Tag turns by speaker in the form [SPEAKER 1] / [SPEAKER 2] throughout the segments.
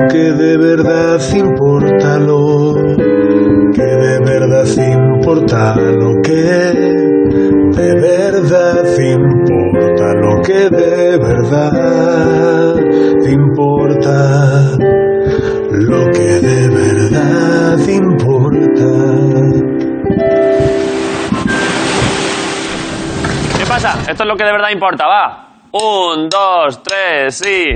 [SPEAKER 1] Que de verdad importa lo que de verdad importa lo que de verdad importa lo que de verdad importa lo que de verdad importa.
[SPEAKER 2] ¿Qué pasa? Esto es lo que de verdad importa, va. Un, dos, tres, sí.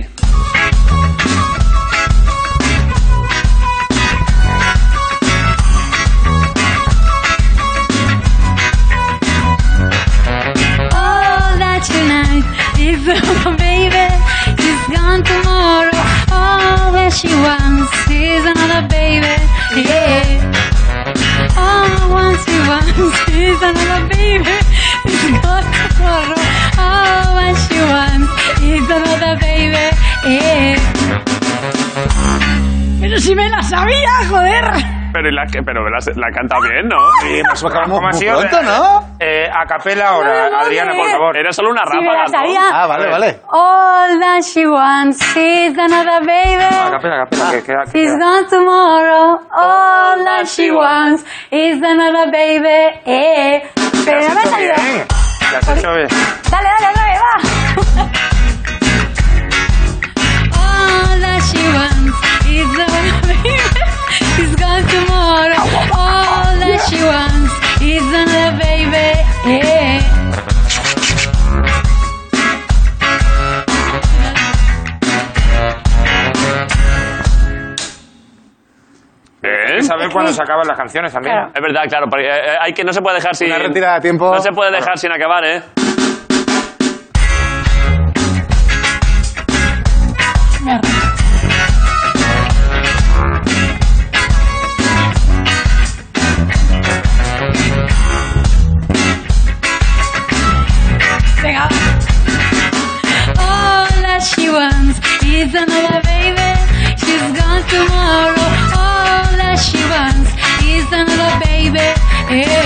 [SPEAKER 3] All that tonight is over, baby. She's gone tomorrow. All that she wants is another baby. Yeah. All the ones she wants is another baby. She's gone tomorrow. All that she wants is another baby. Yeah. Pero si me la sabía, joder.
[SPEAKER 2] Pero, y la, pero la, la ha cantado bien, ¿no?
[SPEAKER 4] Sí, nos acabamos
[SPEAKER 2] ¿Cómo ha
[SPEAKER 4] muy
[SPEAKER 2] sido?
[SPEAKER 4] pronto, ¿no?
[SPEAKER 5] Eh, a capela ahora,
[SPEAKER 3] No, no,
[SPEAKER 5] Adriana, por
[SPEAKER 3] no.
[SPEAKER 5] favor.
[SPEAKER 2] Era solo una
[SPEAKER 3] Si me
[SPEAKER 2] ráfaga,
[SPEAKER 3] la
[SPEAKER 2] ¿no?
[SPEAKER 3] sabía.
[SPEAKER 4] Ah, vale, vale.
[SPEAKER 3] All that she wants is another baby.
[SPEAKER 5] A capela, a capela, que queda.
[SPEAKER 3] She's gone tomorrow. All that she wants is another baby. Eh. Pero no me ha salido.
[SPEAKER 5] Te has hecho bien.
[SPEAKER 3] Dale, dale, otra vez, va. All that she wants is another baby. She's gone tomorrow. All that she wants is another baby. Eh.
[SPEAKER 2] Bien.
[SPEAKER 5] Saber cuándo se acaban las canciones también.
[SPEAKER 3] Claro.
[SPEAKER 2] ¿Eh? Es verdad, claro. porque, eh, eh, hay que no se puede dejar sin.
[SPEAKER 4] Una retirada a tiempo.
[SPEAKER 2] No se puede dejar sin acabar, ¿eh?
[SPEAKER 3] Venga. All that she wants is another baby. She's gone tomorrow. All that she wants is another baby. Yeah.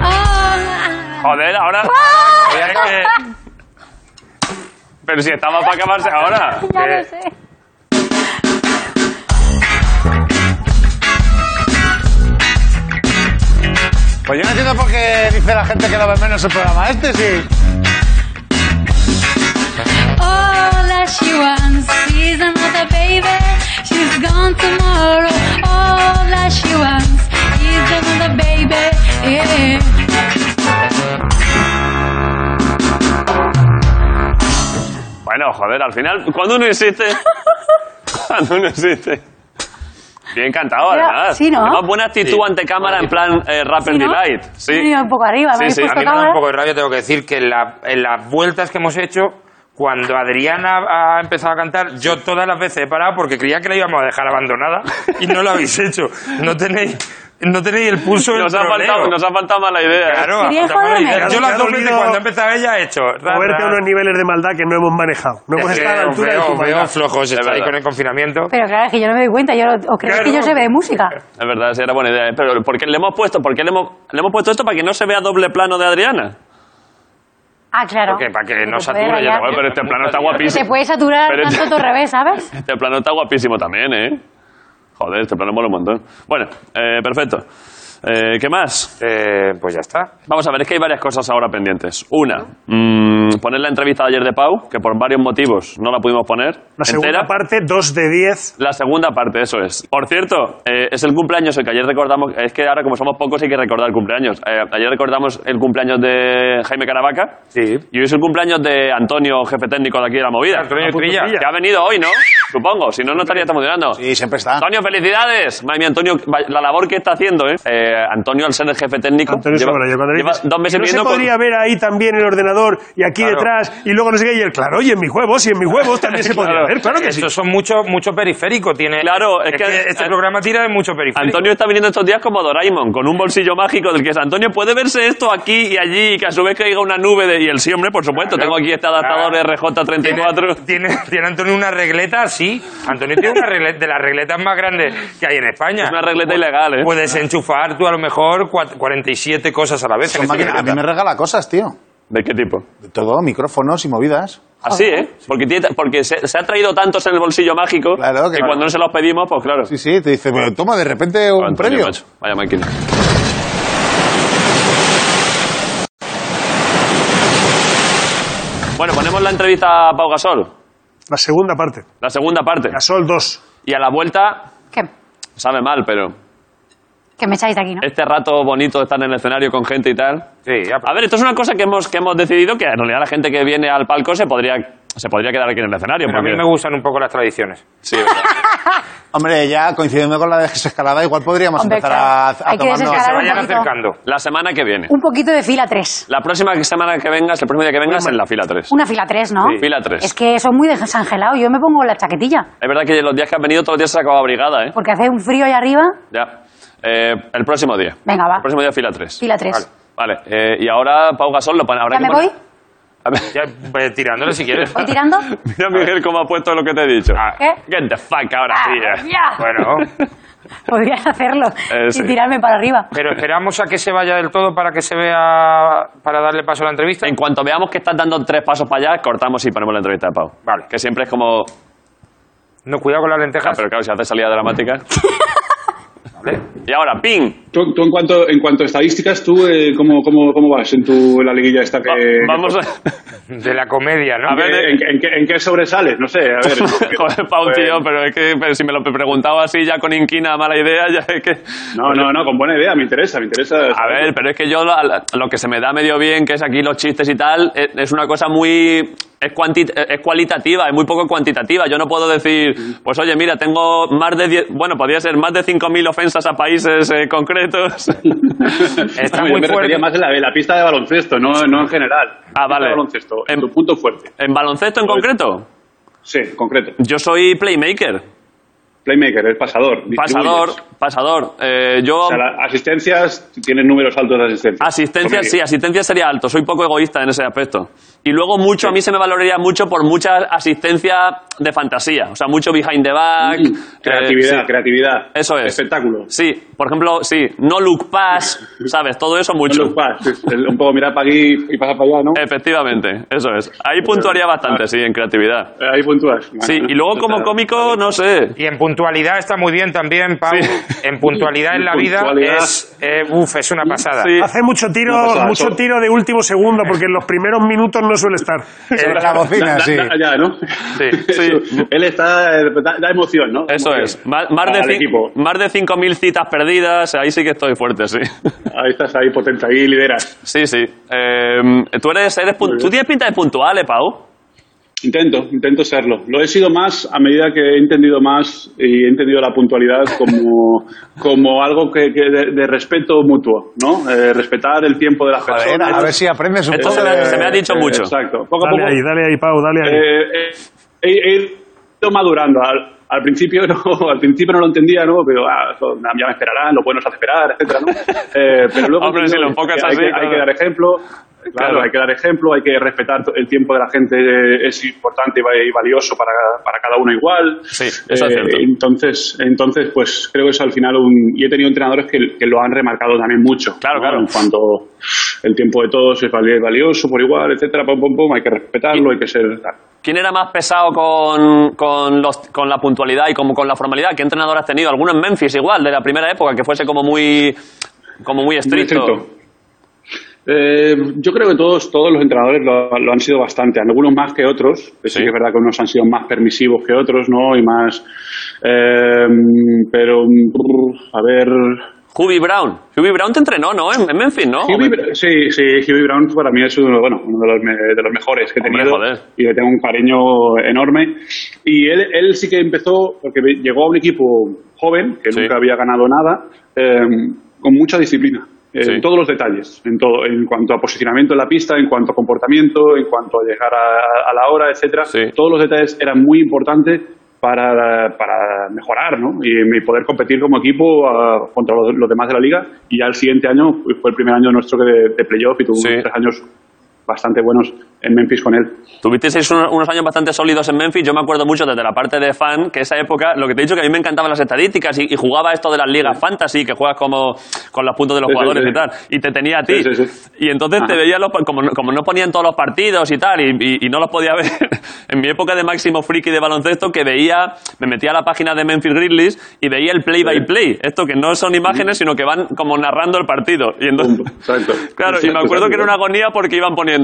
[SPEAKER 3] All
[SPEAKER 2] Joder, ahora.
[SPEAKER 3] Ah,
[SPEAKER 2] Mira que- Pero si estaba para acabarse ahora.
[SPEAKER 3] ya lo
[SPEAKER 5] Eh,
[SPEAKER 2] Que-
[SPEAKER 3] sé.
[SPEAKER 4] Pues yo no entiendo por qué dice la gente que lo ve menos el programa este, sí.
[SPEAKER 3] All that she wants is another baby. She's gone tomorrow. All that she wants is another baby. Yeah.
[SPEAKER 2] Bueno, joder, al final, cuando uno existe. Cuando uno existe. Bien cantado,
[SPEAKER 3] Pero,
[SPEAKER 2] además.
[SPEAKER 3] sí, ¿no?
[SPEAKER 2] Además, buena actitud ante cámara en plan eh, Rap and
[SPEAKER 3] ¿Sí, no?
[SPEAKER 2] Delight.
[SPEAKER 3] Me he
[SPEAKER 2] Sí.
[SPEAKER 3] venido un poco arriba,
[SPEAKER 2] Sí,
[SPEAKER 3] me eh? he
[SPEAKER 2] sí,
[SPEAKER 3] puesto
[SPEAKER 5] A mí
[SPEAKER 2] a
[SPEAKER 5] me da
[SPEAKER 3] cámara.
[SPEAKER 5] un poco de rabia, tengo que decir que en, la- en las vueltas que hemos hecho, cuando Adriana ha empezado a cantar, yo todas las veces he parado porque creía que la íbamos a dejar abandonada y no lo habéis hecho. No tenéis, no tenéis el pulso del
[SPEAKER 2] Nos ha,
[SPEAKER 5] troleo.
[SPEAKER 2] faltado, nos ha faltado mala idea. ¿eh?
[SPEAKER 5] Claro,
[SPEAKER 3] Quería
[SPEAKER 5] ha faltado mala
[SPEAKER 3] joderme.
[SPEAKER 5] idea. Yo las
[SPEAKER 6] Te ha
[SPEAKER 5] dos veces
[SPEAKER 6] dolido
[SPEAKER 5] cuando ha empezado ella he hecho. ra,
[SPEAKER 6] Moverte a
[SPEAKER 5] ra.
[SPEAKER 6] unos niveles de maldad que no hemos manejado. No hemos
[SPEAKER 5] Es que
[SPEAKER 6] estado a la
[SPEAKER 5] os
[SPEAKER 6] altura de
[SPEAKER 5] veo-
[SPEAKER 6] tu
[SPEAKER 5] os veo
[SPEAKER 6] maldad.
[SPEAKER 5] flojos, estáis
[SPEAKER 2] verdad.
[SPEAKER 5] con el confinamiento.
[SPEAKER 3] Pero claro, es que yo no me doy cuenta, yo, o creéis que yo
[SPEAKER 5] Claro.
[SPEAKER 3] sé de música.
[SPEAKER 2] Es verdad, sí, era buena idea. ¿eh? Pero ¿por qué le hemos puesto, por qué le hemos, le hemos puesto esto para que no se vea doble plano de Adriana?
[SPEAKER 3] Ah, claro.
[SPEAKER 5] Porque para que
[SPEAKER 3] Porque
[SPEAKER 5] no
[SPEAKER 3] puede
[SPEAKER 5] sature ya.
[SPEAKER 3] rayar.
[SPEAKER 2] Bueno, pero este plano está
[SPEAKER 3] Se
[SPEAKER 2] guapísimo.
[SPEAKER 3] puede saturar
[SPEAKER 2] Pero-
[SPEAKER 3] tanto tu revés, ¿sabes?
[SPEAKER 2] Este plano está guapísimo también, ¿eh? Joder, este plano mola un montón. Bueno, eh, perfecto. Eh, ¿Qué más?
[SPEAKER 5] Eh, pues ya está.
[SPEAKER 2] Vamos a ver, es que hay varias cosas ahora pendientes. Una, mm, poner la entrevista de ayer de Pau, que por varios motivos no la pudimos poner.
[SPEAKER 6] La segunda
[SPEAKER 2] entera.
[SPEAKER 6] parte, 2 de 10.
[SPEAKER 2] La segunda parte, eso es. Por cierto, eh, es el cumpleaños el que ayer recordamos. Es que ahora, como somos pocos, hay que recordar cumpleaños. Eh, ayer recordamos el cumpleaños de Jaime Caravaca.
[SPEAKER 5] Sí.
[SPEAKER 2] Y hoy es el cumpleaños de Antonio, jefe técnico de aquí de la movida.
[SPEAKER 5] Antonio Trilla.
[SPEAKER 2] Que ha venido hoy, ¿no? Supongo, si no, no estaría funcionando.
[SPEAKER 4] Sí, siempre está.
[SPEAKER 2] Antonio, felicidades. Madre mía, Antonio, va- la labor que está haciendo, ¿eh? Eh, Antonio, al ser el jefe técnico,
[SPEAKER 6] Antonio
[SPEAKER 2] lleva,
[SPEAKER 6] Sobral, yo cuando le
[SPEAKER 2] lleva
[SPEAKER 6] dices,
[SPEAKER 2] dos meses
[SPEAKER 6] no se
[SPEAKER 2] viendo con-
[SPEAKER 6] podría ver ahí también el ordenador y aquí
[SPEAKER 5] Claro.
[SPEAKER 6] detrás y luego no sé qué. Y él, claro, y en mis huevos y en mis huevos también se podría
[SPEAKER 2] Claro.
[SPEAKER 6] ver. Claro que sí.
[SPEAKER 5] Esto son mucho, mucho periférico. Tiene,
[SPEAKER 2] Claro, es que-
[SPEAKER 5] este
[SPEAKER 2] eh,
[SPEAKER 5] programa tira de mucho periférico.
[SPEAKER 2] Antonio está viniendo estos días como Doraemon, con un bolsillo mágico del que es Antonio, ¿puede verse esto aquí y allí y que a su vez caiga una nube de... Y el sí, hombre, por supuesto,
[SPEAKER 5] Claro.
[SPEAKER 2] tengo aquí este adaptador
[SPEAKER 5] Claro.
[SPEAKER 2] RJ34.
[SPEAKER 5] Tiene, tiene Antonio una regleta, sí. Antonio tiene una regleta, de las regletas más grandes que hay en España.
[SPEAKER 2] Es una regleta
[SPEAKER 5] Pu-
[SPEAKER 2] ilegal, ¿eh?
[SPEAKER 5] Puedes enchufar tú a lo mejor cua- 47 cosas a la vez.
[SPEAKER 4] Son
[SPEAKER 5] en esa
[SPEAKER 4] máquinas- a mí
[SPEAKER 5] regleta.
[SPEAKER 4] me regala cosas, tío.
[SPEAKER 2] ¿De qué tipo?
[SPEAKER 4] De todo, micrófonos y movidas.
[SPEAKER 2] Así, ¿eh? Porque, tiene ta- porque se, se ha traído tantos en el bolsillo mágico
[SPEAKER 4] Claro,
[SPEAKER 2] que
[SPEAKER 4] claro.
[SPEAKER 2] cuando no se los pedimos, pues claro.
[SPEAKER 4] Sí, sí, te dice, pero toma de repente un
[SPEAKER 2] Antonio,
[SPEAKER 4] premio.
[SPEAKER 2] macho, Vaya máquina. Bueno, ponemos la entrevista a Pau Gasol,
[SPEAKER 6] La segunda parte.
[SPEAKER 2] la segunda parte.
[SPEAKER 6] Gasol 2.
[SPEAKER 2] Y a la vuelta,
[SPEAKER 3] ¿Qué?
[SPEAKER 2] sabe mal, pero
[SPEAKER 3] Que me echáis de aquí, ¿no?
[SPEAKER 2] este rato bonito de estar en el escenario con gente y tal.
[SPEAKER 5] Sí, ya,
[SPEAKER 2] A ver, esto es una cosa que hemos, que hemos decidido, que en realidad la gente que viene al palco se podría, se podría quedar aquí en el escenario.
[SPEAKER 5] pero a mí
[SPEAKER 2] porque-
[SPEAKER 5] me gustan un poco las tradiciones.
[SPEAKER 2] Sí, ¿verdad?
[SPEAKER 4] Hombre, ya coincidiendo con la desescalada, igual podríamos
[SPEAKER 3] Hombre,
[SPEAKER 4] empezar a,
[SPEAKER 3] claro.
[SPEAKER 4] a
[SPEAKER 3] Hay que
[SPEAKER 4] tomarnos-
[SPEAKER 5] Que se
[SPEAKER 3] desescalar Ahora un
[SPEAKER 5] vayan
[SPEAKER 3] poquito.
[SPEAKER 5] acercando.
[SPEAKER 2] la semana que viene.
[SPEAKER 3] Un poquito de fila 3.
[SPEAKER 2] La próxima semana que vengas, el próximo día que vengas, en la fila 3.
[SPEAKER 3] Una fila 3, ¿no?
[SPEAKER 2] Sí. Fila tres.
[SPEAKER 3] Es que son muy desangelados. Yo me pongo la chaquetilla.
[SPEAKER 2] Es verdad que los días que has venido, todos los días se ha acabado brigada, ¿eh?
[SPEAKER 3] Porque hace un frío ahí arriba.
[SPEAKER 2] Ya. Eh, el próximo día.
[SPEAKER 3] Venga, va.
[SPEAKER 2] El próximo día, fila 3.
[SPEAKER 3] Fila 3.
[SPEAKER 2] Vale. eh, y ahora, Pau Gasol, lo pone.
[SPEAKER 3] ¿Ya me voy?
[SPEAKER 5] Ya, pues, tirándole si quieres.
[SPEAKER 3] ¿Voy tirando?
[SPEAKER 2] Mira, Miguel, cómo ha puesto lo que te he dicho.
[SPEAKER 5] Ah,
[SPEAKER 3] ¿Qué?
[SPEAKER 2] Get the fuck ahora,
[SPEAKER 3] Ah,
[SPEAKER 2] sí. eh.
[SPEAKER 3] ya.
[SPEAKER 5] Bueno,
[SPEAKER 3] Podrías hacerlo
[SPEAKER 2] Eh,
[SPEAKER 3] y
[SPEAKER 2] sí.
[SPEAKER 3] tirarme para arriba.
[SPEAKER 5] pero esperamos a que se vaya del todo para que se vea, para darle paso a la entrevista.
[SPEAKER 2] En cuanto veamos que estás dando tres pasos para allá, cortamos y ponemos la entrevista de Pau.
[SPEAKER 5] Vale.
[SPEAKER 2] Que siempre es como.
[SPEAKER 5] No, cuidado con las
[SPEAKER 2] Ah,
[SPEAKER 5] lentejas.
[SPEAKER 2] pero claro, si hace salida dramática.
[SPEAKER 5] Vale.
[SPEAKER 2] Y ahora, ping.
[SPEAKER 7] Tú, tú en cuanto en cuanto a estadísticas, tú eh, ¿cómo, cómo, cómo vas en tu en la liguilla esta que Eh,
[SPEAKER 2] Va- vamos a.
[SPEAKER 5] De la comedia, ¿no?
[SPEAKER 2] A ver, eh.
[SPEAKER 7] en, en qué, en qué sobresales? No sé, a ver.
[SPEAKER 2] Joder, Pau,
[SPEAKER 7] Pues-
[SPEAKER 2] tío, pero es que pero si me lo preguntaba así ya con inquina, mala idea, ya es que...
[SPEAKER 7] No, no, no, con buena idea, me interesa, me interesa.
[SPEAKER 2] A ver, pero es que yo lo, lo que se me da medio bien, que es aquí los chistes y tal, es, es una cosa muy... Es, cuanti- es cualitativa, es muy poco cuantitativa. Yo no puedo decir, pues oye, mira, tengo más de 10... Bueno, podría ser más de 5.000 ofensas a países eh, concretos.
[SPEAKER 5] Está
[SPEAKER 7] No, yo
[SPEAKER 5] muy fuerte.
[SPEAKER 7] me refería más en la, en la pista de baloncesto, no, no en general.
[SPEAKER 2] Ah,
[SPEAKER 7] Pista
[SPEAKER 2] vale. Em.
[SPEAKER 7] de baloncesto, en
[SPEAKER 2] En-
[SPEAKER 7] tu punto fuerte.
[SPEAKER 2] ¿En baloncesto en
[SPEAKER 7] Pues-
[SPEAKER 2] concreto?
[SPEAKER 7] Sí, en concreto.
[SPEAKER 2] Yo soy playmaker,
[SPEAKER 7] Playmaker, el pasador. distribuyes.
[SPEAKER 2] pasador, pasador. Eh, yo...
[SPEAKER 7] O sea, las asistencias, tienes números altos de asistencias.
[SPEAKER 2] Asistencia,
[SPEAKER 7] Promedio.
[SPEAKER 2] sí, asistencia sería alto. Soy poco egoísta en ese aspecto. Y luego mucho, a mí se me valoraría mucho por mucha asistencia de fantasía. O sea, mucho behind the back.
[SPEAKER 7] Mm,
[SPEAKER 2] eh,
[SPEAKER 7] Creatividad,
[SPEAKER 2] sí.
[SPEAKER 7] creatividad.
[SPEAKER 2] Eso es.
[SPEAKER 7] Espectáculo.
[SPEAKER 2] Sí, por ejemplo, sí, no look pass, ¿sabes? Todo eso mucho. Eh,
[SPEAKER 7] Los pas, es el- un poco mirar para aquí y pasar para allá, ¿no?
[SPEAKER 2] Efectivamente, eso es. Ahí puntuaría bastante, sí, en creatividad.
[SPEAKER 7] Eh, Ahí puntúas.
[SPEAKER 2] Sí, y luego como cómico, no sé.
[SPEAKER 5] Y en puntualidad está muy bien también, Pau. En puntualidad en la vida
[SPEAKER 7] Puntualidad.
[SPEAKER 5] es, eh, uf, es una pasada.
[SPEAKER 2] Sí.
[SPEAKER 6] Hace mucho tiro,
[SPEAKER 7] No pasa,
[SPEAKER 6] mucho
[SPEAKER 7] solo.
[SPEAKER 6] tiro de último segundo, porque en los primeros minutos no suele estar.
[SPEAKER 5] Eh,
[SPEAKER 4] La bocina,
[SPEAKER 7] Da- da-
[SPEAKER 4] sí.
[SPEAKER 7] da- ya, ¿no?
[SPEAKER 2] Sí,
[SPEAKER 7] Eso.
[SPEAKER 2] sí.
[SPEAKER 7] Él está, eh, da, da emoción, ¿no? Da
[SPEAKER 2] Eso
[SPEAKER 7] emoción.
[SPEAKER 2] es. Más, más de
[SPEAKER 7] Al
[SPEAKER 2] cin-
[SPEAKER 7] equipo.
[SPEAKER 2] más de 5.000 citas perdidas, ahí sí que estoy fuerte, sí.
[SPEAKER 7] Ahí estás ahí potente, ahí lideras.
[SPEAKER 2] Sí, sí. Eh, tú eres, eres pun- tú tienes pinta de puntual, ¿eh, Pau?
[SPEAKER 7] Intento, intento serlo. Lo he sido más a medida que he entendido más y he entendido la puntualidad como, como algo que, que de, de respeto mutuo, ¿no? Eh, respetar el tiempo de las
[SPEAKER 4] Joder,
[SPEAKER 7] personas.
[SPEAKER 4] a ver si aprendes un
[SPEAKER 2] Esto
[SPEAKER 4] poco
[SPEAKER 2] se me,
[SPEAKER 4] de-
[SPEAKER 2] se me ha dicho
[SPEAKER 7] Eh,
[SPEAKER 2] mucho.
[SPEAKER 7] Exacto. Poco a
[SPEAKER 6] Dale
[SPEAKER 7] poco
[SPEAKER 6] ahí, dale ahí, Pau, dale ahí.
[SPEAKER 7] Eh, eh, he, he ido madurando. Al, al principio no, al principio no lo entendía, ¿no? Pero ah, eso, na- ya me esperarán, lo bueno se hace esperar, etcétera, ¿no? Eh, pero luego
[SPEAKER 2] Hombre,
[SPEAKER 7] he entendido
[SPEAKER 2] si lo
[SPEAKER 7] que
[SPEAKER 2] enfocas
[SPEAKER 7] hay,
[SPEAKER 2] así,
[SPEAKER 7] que, hay
[SPEAKER 2] claro.
[SPEAKER 7] que dar ejemplo. Claro,
[SPEAKER 2] Claro.
[SPEAKER 7] hay que dar ejemplo, hay que respetar to- el tiempo de la gente, eh, es importante y va- y valioso para, para cada uno igual.
[SPEAKER 2] Sí, eso es cierto.
[SPEAKER 7] Eh, Entonces, entonces, pues creo que es al final un... Y he tenido entrenadores que, que lo han remarcado también mucho.
[SPEAKER 2] Claro,
[SPEAKER 7] ¿no?
[SPEAKER 2] claro.
[SPEAKER 7] En cuanto el tiempo de todos es vali- valioso por igual, etcétera, pum, pum, pum, hay que respetarlo, hay que ser... tal.
[SPEAKER 2] ¿Quién era más pesado con, con, los, con la puntualidad y como con la formalidad? ¿Qué entrenador has tenido? ¿Alguno en Memphis igual, de la primera época, que fuese como muy, como muy estricto?
[SPEAKER 7] Muy estricto. Eh, yo creo que todos, todos los entrenadores lo, lo han sido bastante, algunos más que otros. que Sí,
[SPEAKER 2] Sí.
[SPEAKER 7] que es verdad que unos han sido más permisivos que otros, ¿no? Y más. eh, pero, brr, a ver.
[SPEAKER 2] Hubie Brown. Hubie Brown te entrenó, ¿no? En, en Memphis, ¿no?
[SPEAKER 7] Hubie Bra- sí, sí, Hubie Brown para mí es uno, bueno, uno de, los, me- de los mejores que he
[SPEAKER 2] Hombre,
[SPEAKER 7] tenido.
[SPEAKER 2] joder.
[SPEAKER 7] Y le tengo un cariño enorme. Y él, él sí que empezó, porque llegó a un equipo joven, que
[SPEAKER 2] Sí.
[SPEAKER 7] nunca había ganado nada, eh, con mucha disciplina. En
[SPEAKER 2] Sí.
[SPEAKER 7] todos los detalles, en todo, en cuanto a posicionamiento en la pista, en cuanto a comportamiento, en cuanto a llegar a, a la hora, etcétera.
[SPEAKER 2] Sí.
[SPEAKER 7] Todos los detalles eran muy importantes para, para mejorar, ¿no? Y, y poder competir como equipo ah, contra los, los demás de la liga. Y ya el siguiente año fue el primer año nuestro que de, de playoff y tuvo
[SPEAKER 2] Sí.
[SPEAKER 7] tres años bastante buenos en Memphis con él.
[SPEAKER 2] Tuvisteis uno- unos años bastante sólidos en Memphis. Yo me acuerdo mucho desde la parte de fan que esa época, lo que te he dicho, que a mí me encantaban las estadísticas y, y jugaba esto de las ligas fantasy, que juegas como con los puntos de los
[SPEAKER 7] Sí, sí,
[SPEAKER 2] jugadores
[SPEAKER 7] sí.
[SPEAKER 2] y tal. Y te tenía a ti.
[SPEAKER 7] Sí, sí, sí.
[SPEAKER 2] Y entonces te
[SPEAKER 7] Ajá.
[SPEAKER 2] veía, los, pa- como, no- como no ponían todos los partidos y tal, y, y- y no los podía ver. en mi época de máximo friki de baloncesto, que veía, me metía a la página de Memphis Grizzlies y veía el play by play. Esto que no son imágenes, sino que van como narrando el partido. Y entonces.
[SPEAKER 7] Exacto.
[SPEAKER 2] Claro, y me
[SPEAKER 7] Exacto,
[SPEAKER 2] acuerdo que era
[SPEAKER 7] exacto.
[SPEAKER 2] una agonía porque iban poniendo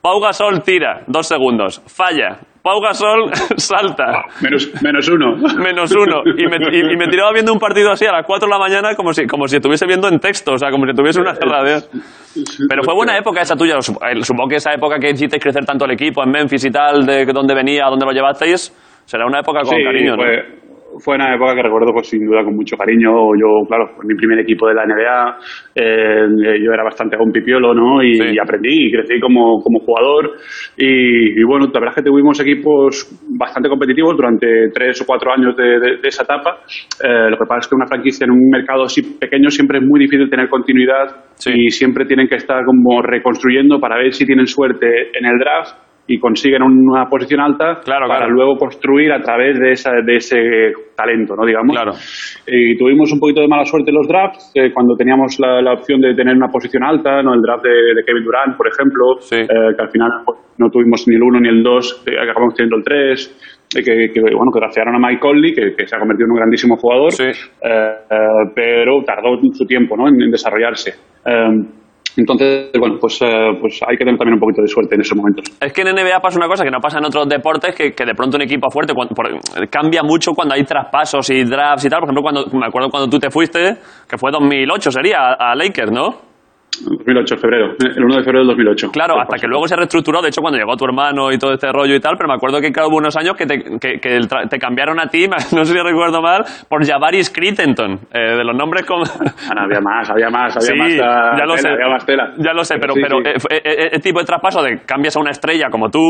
[SPEAKER 2] Pau Gasol tira, dos segundos, falla, Pau Gasol salta,
[SPEAKER 7] Menos, menos uno.
[SPEAKER 2] menos uno. Y me, y- y me tiraba viendo un partido así a las 4 de la mañana como si, como si estuviese viendo en texto, o sea, como si tuviese una radio. Pero fue buena época esa tuya, sup- eh, supongo que esa época que hicisteis crecer tanto el equipo en Memphis y tal, de dónde venía, a dónde lo llevasteis, será una época con
[SPEAKER 7] Sí,
[SPEAKER 2] cariño, ¿no?
[SPEAKER 7] fue, fue una época que recuerdo pues, sin duda con mucho cariño. Yo, claro, fue mi primer equipo de la NBA, eh, yo era bastante un pipiolo, ¿no? Y,
[SPEAKER 2] Sí.
[SPEAKER 7] aprendí y crecí como, como jugador. Y, y bueno, la verdad es que tuvimos equipos bastante competitivos durante tres o cuatro años de, de- de esa etapa. Eh, lo que pasa es que una franquicia en un mercado así pequeño siempre es muy difícil tener continuidad
[SPEAKER 2] Sí.
[SPEAKER 7] y siempre tienen que estar como reconstruyendo para ver si tienen suerte en el draft y consiguen una posición alta
[SPEAKER 2] Claro,
[SPEAKER 7] para
[SPEAKER 2] claro.
[SPEAKER 7] luego construir a través de, esa, de ese talento, ¿no? Digamos. Eh,
[SPEAKER 2] Claro.
[SPEAKER 7] Y tuvimos un poquito de mala suerte en los drafts, eh, cuando teníamos la, la opción de tener una posición alta, ¿no? El draft de, de Kevin Durant, por ejemplo,
[SPEAKER 2] Sí.
[SPEAKER 7] eh, que al final pues, no tuvimos ni el 1 ni el 2, acabamos teniendo el 3, que, que, bueno, que draftearon a Mike Conley, que, que se ha convertido en un grandísimo jugador,
[SPEAKER 2] Sí.
[SPEAKER 7] eh, eh, pero tardó su tiempo, ¿no? En, en desarrollarse. Eh, entonces, bueno, pues, eh, pues hay que tener también un poquito de suerte en esos momentos.
[SPEAKER 2] Es que en NBA pasa una cosa que no pasa en otros deportes, que, que de pronto un equipo fuerte cuan- por- cambia mucho cuando hay traspasos y drafts y tal. Por ejemplo, cuando me acuerdo cuando tú te fuiste, que fue 2008 sería, a, a Lakers, ¿no?
[SPEAKER 7] 2008, febrero. El 1 de febrero del 2008.
[SPEAKER 2] Claro, hasta que luego se reestructuró. De hecho, cuando llegó tu hermano y todo este rollo y tal, pero me acuerdo que claro, hubo unos años que te, que- que el tra- te cambiaron a ti, no sé si recuerdo mal, por Javaris Crittenton. Eh, de los nombres como...
[SPEAKER 7] Ah, no, había más, había más, había
[SPEAKER 2] Sí,
[SPEAKER 7] más. ah,
[SPEAKER 2] ya lo
[SPEAKER 7] tela,
[SPEAKER 2] sé.
[SPEAKER 7] Había más tela.
[SPEAKER 2] Ya lo sé, pero,
[SPEAKER 7] sí,
[SPEAKER 2] pero
[SPEAKER 7] sí.
[SPEAKER 2] eh, fue- eh, eh, el tipo de traspaso de cambias a una estrella como tú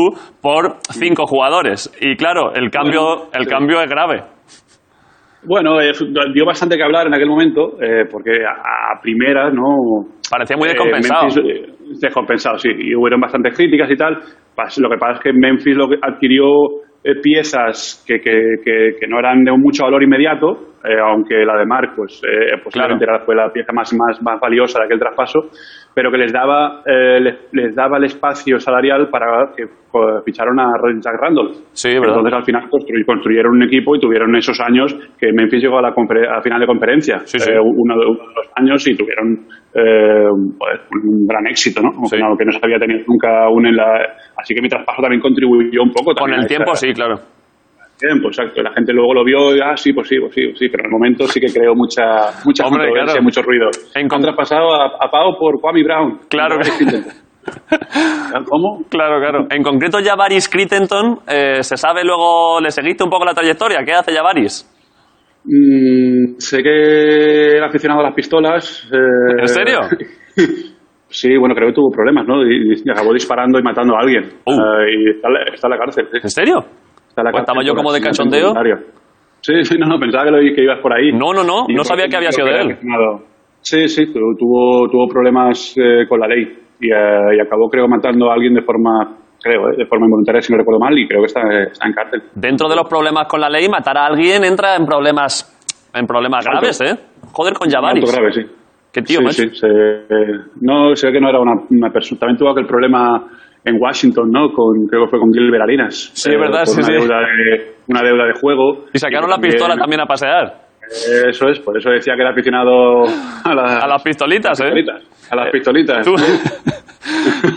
[SPEAKER 2] por cinco jugadores. Y claro, el cambio,
[SPEAKER 7] Bueno,
[SPEAKER 2] el
[SPEAKER 7] sí.
[SPEAKER 2] cambio es grave.
[SPEAKER 7] Bueno, eh, dio bastante que hablar en aquel momento, eh, porque a, a primeras, ¿no?
[SPEAKER 2] Parecía muy
[SPEAKER 7] Eh,
[SPEAKER 2] descompensado.
[SPEAKER 7] Memphis, eh, descompensado, sí. Y hubieron bastantes críticas y tal. Pas- Lo que pasa es que Memphis lo que adquirió eh, piezas que, que- que- que no eran de mucho valor inmediato, eh, aunque la de Marc, pues, eh, posiblemente era- fue la pieza más, más, más valiosa de aquel traspaso, pero que les daba, eh, les, les daba el espacio salarial para que eh, ficharon a Jack Randolph.
[SPEAKER 2] Sí, verdad.
[SPEAKER 7] Entonces, al final construy- construyeron un equipo y tuvieron esos años que Memphis llegó a la, confer- a la final de conferencia.
[SPEAKER 2] Sí, sí.
[SPEAKER 7] Eh, uno, de, uno de los años y tuvieron eh, joder, un gran éxito, ¿no? Como
[SPEAKER 2] Sí.
[SPEAKER 7] que no- que no se había tenido nunca aún en la... Así que mi traspaso también contribuyó un poco.
[SPEAKER 2] Con
[SPEAKER 7] también
[SPEAKER 2] el
[SPEAKER 7] a esa-
[SPEAKER 2] tiempo, sí, claro.
[SPEAKER 7] tiempo, exacto. La gente luego lo vio y, ah, sí, pues sí, pues sí, pues sí. Pero en el momento sí que creó mucha, mucha
[SPEAKER 2] Hombre,
[SPEAKER 7] controversia,
[SPEAKER 2] claro.
[SPEAKER 7] mucho ruido.
[SPEAKER 2] En
[SPEAKER 7] En
[SPEAKER 2] con-
[SPEAKER 7] contrapasado a, a Pau por Kwame Brown.
[SPEAKER 2] Claro.
[SPEAKER 7] ¿Cómo?
[SPEAKER 2] Claro, claro. En concreto, Javaris Crittenton, eh, se sabe luego, le seguiste un poco la trayectoria. ¿Qué hace Javaris?
[SPEAKER 7] Mm, sé que era aficionado a las pistolas. eh,
[SPEAKER 2] ¿En serio?
[SPEAKER 7] Sí, bueno, creo que tuvo problemas, ¿no? Y, y acabó disparando y matando a alguien.
[SPEAKER 2] Uh.
[SPEAKER 7] Eh, y está, en la- está en la cárcel. sí.
[SPEAKER 2] ¿En serio?
[SPEAKER 7] Está en la
[SPEAKER 2] Pues estaba
[SPEAKER 7] cárcel
[SPEAKER 2] yo
[SPEAKER 7] por
[SPEAKER 2] como de
[SPEAKER 7] asesinato
[SPEAKER 2] cachondeo.
[SPEAKER 7] involuntario. Sí, sí, no, no, pensaba que, lo, que ibas por ahí.
[SPEAKER 2] No, no, no,
[SPEAKER 7] Y
[SPEAKER 2] no
[SPEAKER 7] por
[SPEAKER 2] sabía
[SPEAKER 7] eso
[SPEAKER 2] que había
[SPEAKER 7] creo
[SPEAKER 2] sido de
[SPEAKER 7] era
[SPEAKER 2] él.
[SPEAKER 7] asesinado. Sí, sí, tu- tuvo, tuvo problemas eh, con la ley y, eh, y acabó, creo, matando a alguien de forma, creo, eh, de forma involuntaria, si no recuerdo mal, y creo que está, está en cárcel.
[SPEAKER 2] Dentro de los problemas con la ley, matar a alguien entra en problemas, en problemas
[SPEAKER 7] Alto.
[SPEAKER 2] graves, ¿eh? Joder con
[SPEAKER 7] Alto
[SPEAKER 2] Javaris.
[SPEAKER 7] grave, sí.
[SPEAKER 2] Qué tío,
[SPEAKER 7] sí,
[SPEAKER 2] macho.
[SPEAKER 7] sí, se- eh, no, se ve que no era una, una persona. También tuvo aquel problema en Washington, ¿no? Con, creo que fue con Gilbert Arenas. Eh,
[SPEAKER 2] Sí, verdad,
[SPEAKER 7] por
[SPEAKER 2] sí,
[SPEAKER 7] una
[SPEAKER 2] sí.
[SPEAKER 7] Deuda de, una deuda de juego.
[SPEAKER 2] Y sacaron la pistola también a pasear.
[SPEAKER 7] Eso es, por eso decía que era aficionado a, la-
[SPEAKER 2] A las pistolitas, ¿eh?
[SPEAKER 7] pistolitas, A las pistolitas.
[SPEAKER 2] Tú,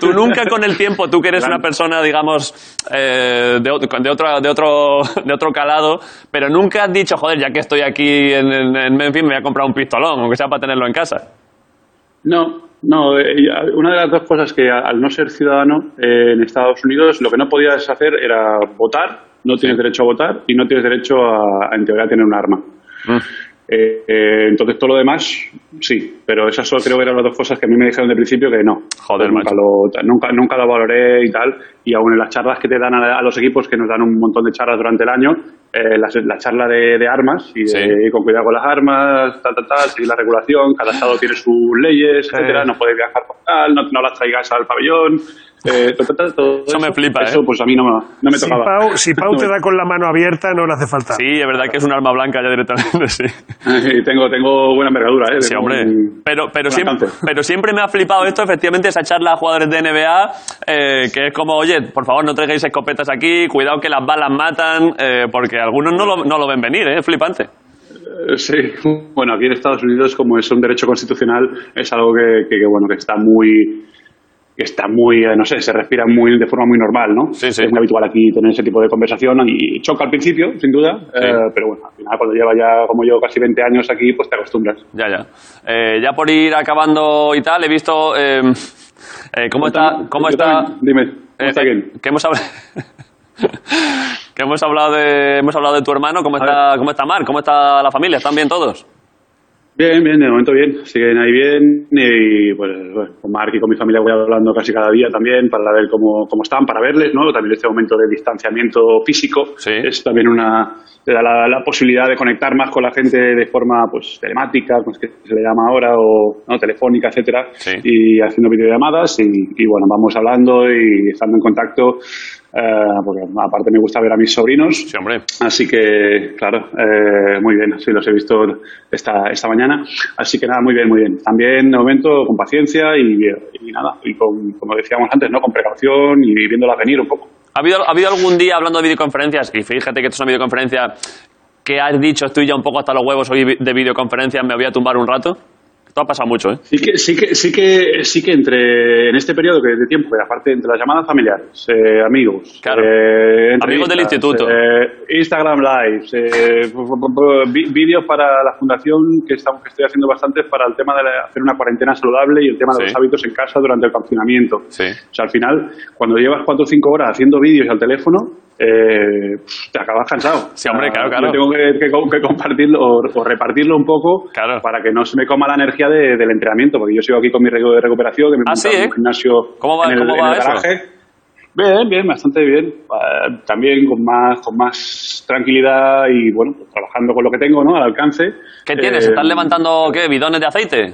[SPEAKER 2] tú nunca con el tiempo, tú que eres
[SPEAKER 7] Gran-
[SPEAKER 2] una persona, digamos, eh, de, ot- de otro, de, otro, de otro calado, pero nunca has dicho, joder, ya que estoy aquí en, en, en Memphis, me voy a comprar un pistolón, aunque sea para tenerlo en casa.
[SPEAKER 7] No, no. eh, y, ah, una de las dos cosas que a- al no ser ciudadano eh, en Estados Unidos, lo que no podías hacer era votar. No tienes derecho a votar y no tienes derecho a, a, en teoría, a tener un arma.
[SPEAKER 2] Ah.
[SPEAKER 7] Eh, eh, entonces todo lo demás, sí, pero esas solo creo que eran las dos cosas que a mí me dijeron de principio que no.
[SPEAKER 2] Joder,
[SPEAKER 7] nunca
[SPEAKER 2] macho.
[SPEAKER 7] lo, ta- nunca, nunca lo valoré y tal. Y aún en las charlas que te dan a, la- a los equipos, que nos dan un montón de charlas durante el año, eh, las- la, charla de, de armas y de-
[SPEAKER 2] Sí.
[SPEAKER 7] ir con cuidado con las armas, tal, tal, tal, seguir la regulación, cada estado tiene sus leyes, etcétera, no puedes viajar por tal, no, no las traigas al pabellón, Eh, to- to- todo
[SPEAKER 2] Eso me flipa,
[SPEAKER 7] Eso
[SPEAKER 2] ¿eh?
[SPEAKER 7] pues a mí no me, no me
[SPEAKER 6] Si
[SPEAKER 7] tocaba.
[SPEAKER 6] Pau, si Pau te
[SPEAKER 7] No
[SPEAKER 6] da con la mano abierta, no le hace falta.
[SPEAKER 2] Sí, es verdad que es un arma blanca ya directamente, sí.
[SPEAKER 7] me- tengo, tengo buena envergadura, ¿eh?
[SPEAKER 2] Sí,
[SPEAKER 7] Tengo
[SPEAKER 2] hombre.
[SPEAKER 7] un-
[SPEAKER 2] Pero, pero,
[SPEAKER 7] un
[SPEAKER 2] siempre,
[SPEAKER 7] alcance.
[SPEAKER 2] pero siempre me ha flipado esto, efectivamente, esa charla a jugadores de NBA, eh, que es como, oye, por favor, no traigáis escopetas aquí, cuidado que las balas matan, eh, porque algunos no lo, no lo ven venir, ¿eh? es flipante.
[SPEAKER 7] Eh, Sí, bueno, aquí en Estados Unidos, como es un derecho constitucional, es algo que, que- que, bueno, que está muy que está muy, eh, no sé, se respira muy de forma muy normal, ¿no?
[SPEAKER 2] Sí, sí.
[SPEAKER 7] Es muy habitual aquí tener ese tipo de conversación y choca al principio, sin duda, eh, pero bueno, al final cuando lleva ya, como yo, casi 20 años aquí, pues te acostumbras.
[SPEAKER 2] Ya, ya. Eh, ya por ir acabando y tal, he visto. eh, eh, ¿Cómo está.?
[SPEAKER 7] Cuéntame,
[SPEAKER 2] ¿Cómo
[SPEAKER 7] yo
[SPEAKER 2] está.?
[SPEAKER 7] también, Dime, ¿cómo
[SPEAKER 2] eh,
[SPEAKER 7] está
[SPEAKER 2] eh,
[SPEAKER 7] Ken?
[SPEAKER 2] que hemos hablado. que hemos hablado de. Hemos hablado de tu hermano. ¿Cómo está, ¿Cómo está Mar? ¿Cómo está la familia? ¿Están bien todos?
[SPEAKER 7] Bien, bien, de momento bien, siguen ahí bien y pues bueno, con Mark y con mi familia voy hablando casi cada día también para ver cómo, cómo están, para verles, ¿no? También este momento de distanciamiento físico
[SPEAKER 2] Sí.
[SPEAKER 7] es también una te da la, la posibilidad de conectar más con la gente de forma pues telemática, pues, que se le llama ahora, o ¿no? telefónica, etcétera,
[SPEAKER 2] Sí.
[SPEAKER 7] y haciendo videollamadas y, y, bueno, vamos hablando y estando en contacto, eh, porque aparte me gusta ver a mis sobrinos,
[SPEAKER 2] Sí, hombre.
[SPEAKER 7] Así que, claro, eh, muy bien, sí, los he visto esta, esta mañana. Así que nada, muy bien, muy bien. También, de momento, con paciencia y, y nada, y con, como decíamos antes, ¿no? Con precaución y viéndola venir un poco.
[SPEAKER 2] ¿Ha habido, ha habido algún día hablando de videoconferencias? Y fíjate que esto es una videoconferencia. que has dicho? Estoy ya un poco hasta los huevos hoy vi- de videoconferencias, me voy a tumbar un rato. Esto ha pasado mucho, ¿eh?
[SPEAKER 7] Sí que, sí que, sí que, sí que entre, en este periodo que de tiempo, que aparte entre las llamadas familiares, eh, amigos,
[SPEAKER 2] Claro.
[SPEAKER 7] eh,
[SPEAKER 2] Amigos del
[SPEAKER 7] entrevistas,
[SPEAKER 2] instituto.
[SPEAKER 7] eh, Instagram Lives, eh, bu- bu- bu- vi- vídeos para la fundación que, estamos, que estoy haciendo bastantes para el tema de la- hacer una cuarentena saludable y el tema
[SPEAKER 2] Sí.
[SPEAKER 7] de los hábitos en casa durante el confinamiento.
[SPEAKER 2] Sí.
[SPEAKER 7] O sea, al final, cuando llevas cuatro o cinco horas haciendo vídeos al teléfono, eh, pf, te acabas cansado.
[SPEAKER 2] Sí, hombre,
[SPEAKER 7] O sea,
[SPEAKER 2] claro, claro.
[SPEAKER 7] yo Tengo que, que co- que compartirlo o, o repartirlo un poco
[SPEAKER 2] Claro.
[SPEAKER 7] para que no se me coma la energía de- del entrenamiento, porque yo sigo aquí con mi regu- de recuperación, que me he
[SPEAKER 2] Ah,
[SPEAKER 7] montado
[SPEAKER 2] sí,
[SPEAKER 7] en
[SPEAKER 2] ¿eh?
[SPEAKER 7] un gimnasio
[SPEAKER 2] ¿Cómo va-
[SPEAKER 7] en el,
[SPEAKER 2] cómo
[SPEAKER 7] en
[SPEAKER 2] va
[SPEAKER 7] el
[SPEAKER 2] eso?
[SPEAKER 7] garaje. Bien, bien, bastante bien. Eh, también con más, con más tranquilidad y, bueno, pues, trabajando con lo que tengo, ¿no? Al alcance.
[SPEAKER 2] ¿Qué tienes?
[SPEAKER 7] Eh,
[SPEAKER 2] ¿Estás levantando, qué, bidones de aceite?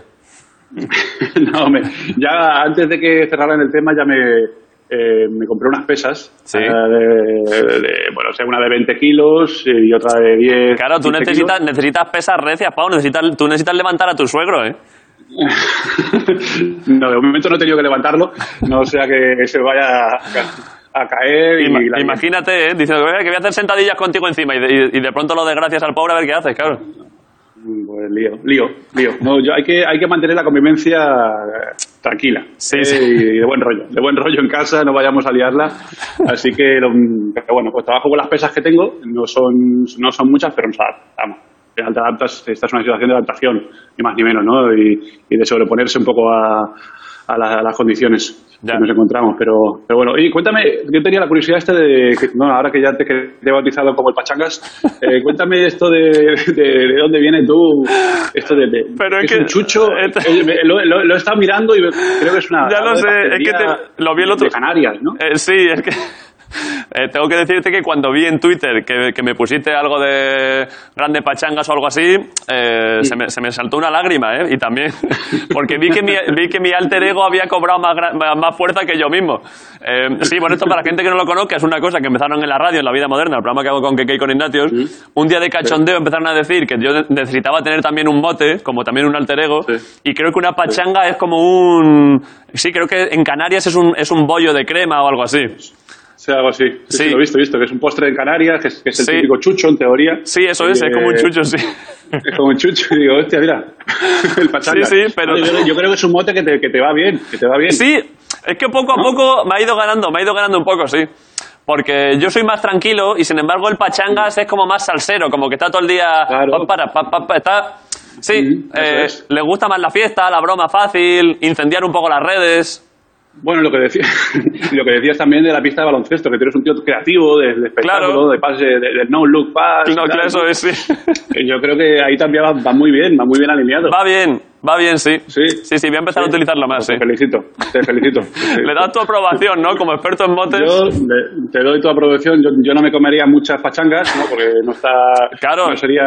[SPEAKER 7] no, me- ya antes de que cerraran el tema ya me, eh, me compré unas pesas.
[SPEAKER 2] Sí.
[SPEAKER 7] eh, de- de- bueno, o sea, una de 20 kilos y otra de 10.
[SPEAKER 2] Claro, tú
[SPEAKER 7] 15
[SPEAKER 2] necesitas, necesitas pesas recias, Pau. Necesitas, tú necesitas levantar a tu suegro, ¿eh?
[SPEAKER 7] kilos. no, de momento no he tenido que levantarlo, no sea que se vaya a, a caer. y
[SPEAKER 2] Ima-
[SPEAKER 7] la-
[SPEAKER 2] imagínate, ¿eh? Diciendo "Eh, que voy a hacer sentadillas contigo encima y de, y de pronto lo desgracias al pobre a ver qué haces, claro.
[SPEAKER 7] Pues lío, lío, lío. No, yo, hay, que, hay que mantener la convivencia eh, tranquila.
[SPEAKER 2] Sí,
[SPEAKER 7] eh,
[SPEAKER 2] sí.
[SPEAKER 7] Y de buen rollo. De buen rollo en casa, no vayamos a liarla. Así que, lo- pero bueno, pues trabajo con las pesas que tengo. No son, no son muchas, pero nos adaptamos. Al final Te adaptas, esta es una situación de adaptación, ni más ni menos, ¿no? Y, y de sobreponerse un poco a, a la- a las condiciones
[SPEAKER 2] Ya.
[SPEAKER 7] que nos encontramos. Pero, pero bueno, y cuéntame, yo tenía la curiosidad esta de, que, no, ahora que ya te, que te he bautizado como el Pachangas, eh, cuéntame esto de, de, de dónde viene tú, esto de, de-
[SPEAKER 2] Pero es
[SPEAKER 7] es un
[SPEAKER 2] que-
[SPEAKER 7] chucho,
[SPEAKER 2] esto-
[SPEAKER 7] eh, me- lo, lo- lo he estado mirando y me- creo que es una...
[SPEAKER 2] Ya lo
[SPEAKER 7] algo de
[SPEAKER 2] sé, es que
[SPEAKER 7] pastelería
[SPEAKER 2] te- lo vi el otro-
[SPEAKER 7] De Canarias, ¿no?
[SPEAKER 2] Eh, sí, es que. eh, tengo que decirte que cuando vi en Twitter que, que me pusiste algo de grande pachangas o algo así, eh, se, me, se me saltó una lágrima, ¿eh? Y también, porque vi que mi, vi que mi alter ego había cobrado más, gra- más- más fuerza que yo mismo. Eh, sí, bueno, esto para la gente que no lo conozca es una cosa que empezaron en la radio, en la vida moderna, el programa que hago con Keke y con Ignatius. Un día de cachondeo empezaron a decir que yo ne- necesitaba tener también un mote, como también un alter ego, y creo que una pachanga es como un... Sí, creo que en Canarias es un, es un bollo de crema o algo así.
[SPEAKER 7] O sea, algo así. Sí,
[SPEAKER 2] Sí.
[SPEAKER 7] sí, lo he visto, he visto, que es un postre en Canarias, que es, que es el
[SPEAKER 2] Sí.
[SPEAKER 7] típico chucho, en teoría.
[SPEAKER 2] Sí, eso es,
[SPEAKER 7] Eh,
[SPEAKER 2] es como un chucho, sí.
[SPEAKER 7] Es como un chucho y digo, hostia, mira, el pachanga.
[SPEAKER 2] Sí, sí, pero-
[SPEAKER 7] Yo, creo- yo creo que es un mote que te, que te va bien, que te va bien.
[SPEAKER 2] Sí, es que poco a poco me ha ido ganando, me ha ido ganando un poco, sí. Porque yo soy más tranquilo y sin embargo el pachangas es como más salsero, como que está todo el día.
[SPEAKER 7] Claro.
[SPEAKER 2] pa, para, pa, pa, pa, está. Sí,
[SPEAKER 7] Sí, eso
[SPEAKER 2] eh,
[SPEAKER 7] es.
[SPEAKER 2] le gusta más la fiesta, la broma fácil, incendiar un poco las redes.
[SPEAKER 7] Bueno, lo que, decía, lo que decías también de la pista de baloncesto, que tú eres un tío creativo, de, de espectáculo,
[SPEAKER 2] Claro.
[SPEAKER 7] de pase, de, de no look pass.
[SPEAKER 2] No,
[SPEAKER 7] tal.
[SPEAKER 2] claro, eso es, sí.
[SPEAKER 7] Yo creo que ahí también va, va muy bien, va muy bien alineado.
[SPEAKER 2] Va bien, va bien, sí.
[SPEAKER 7] Sí.
[SPEAKER 2] sí, voy a empezar a
[SPEAKER 7] Sí.
[SPEAKER 2] utilizarlo más, sí.
[SPEAKER 7] Te felicito, te felicito.
[SPEAKER 2] Le das tu aprobación, ¿no? Como experto en motes.
[SPEAKER 7] Yo le- te doy tu aprobación. Yo, yo no me comería muchas pachangas, ¿no? porque no está.
[SPEAKER 2] Claro.
[SPEAKER 7] No sería.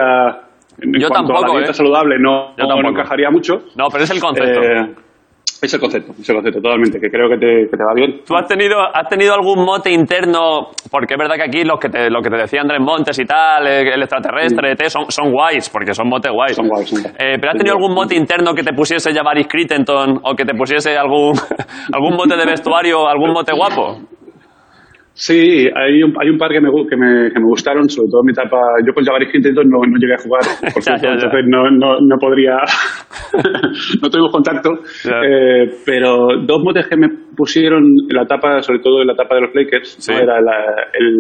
[SPEAKER 7] En
[SPEAKER 2] Yo
[SPEAKER 7] cuanto a
[SPEAKER 2] tampoco,
[SPEAKER 7] la dieta
[SPEAKER 2] ¿eh?
[SPEAKER 7] saludable no,
[SPEAKER 2] Yo
[SPEAKER 7] no
[SPEAKER 2] tampoco.
[SPEAKER 7] encajaría mucho.
[SPEAKER 2] No, pero es el concepto.
[SPEAKER 7] Eh, Es el concepto, es el concepto, totalmente, que creo que te, que te va bien.
[SPEAKER 2] ¿Tú has tenido, has tenido algún mote interno? Porque es verdad que aquí los que te, lo que te decía Andrés Montes y tal, eh, el, el extraterrestre, ET, son, son guays, porque son motes guays.
[SPEAKER 7] Son guays, son guays.
[SPEAKER 2] Eh, ¿Pero has tenido algún mote interno que te pusiese Javaris Crittenton o que te pusiese algún, algún mote de vestuario, algún mote guapo?
[SPEAKER 7] Sí, hay un, hay un par que me, gu- que, me, que me gustaron, sobre todo en mi etapa. Yo con Javaris Quinteto no, no llegué a jugar,
[SPEAKER 2] Ya,
[SPEAKER 7] por cierto,
[SPEAKER 2] ya, ya.
[SPEAKER 7] entonces no, no, no podría. no tuvimos contacto.
[SPEAKER 2] Ya.
[SPEAKER 7] Eh, pero dos motes que me pusieron en la etapa, sobre todo en la etapa de los Lakers,
[SPEAKER 2] Sí.
[SPEAKER 7] ¿no? era la- el,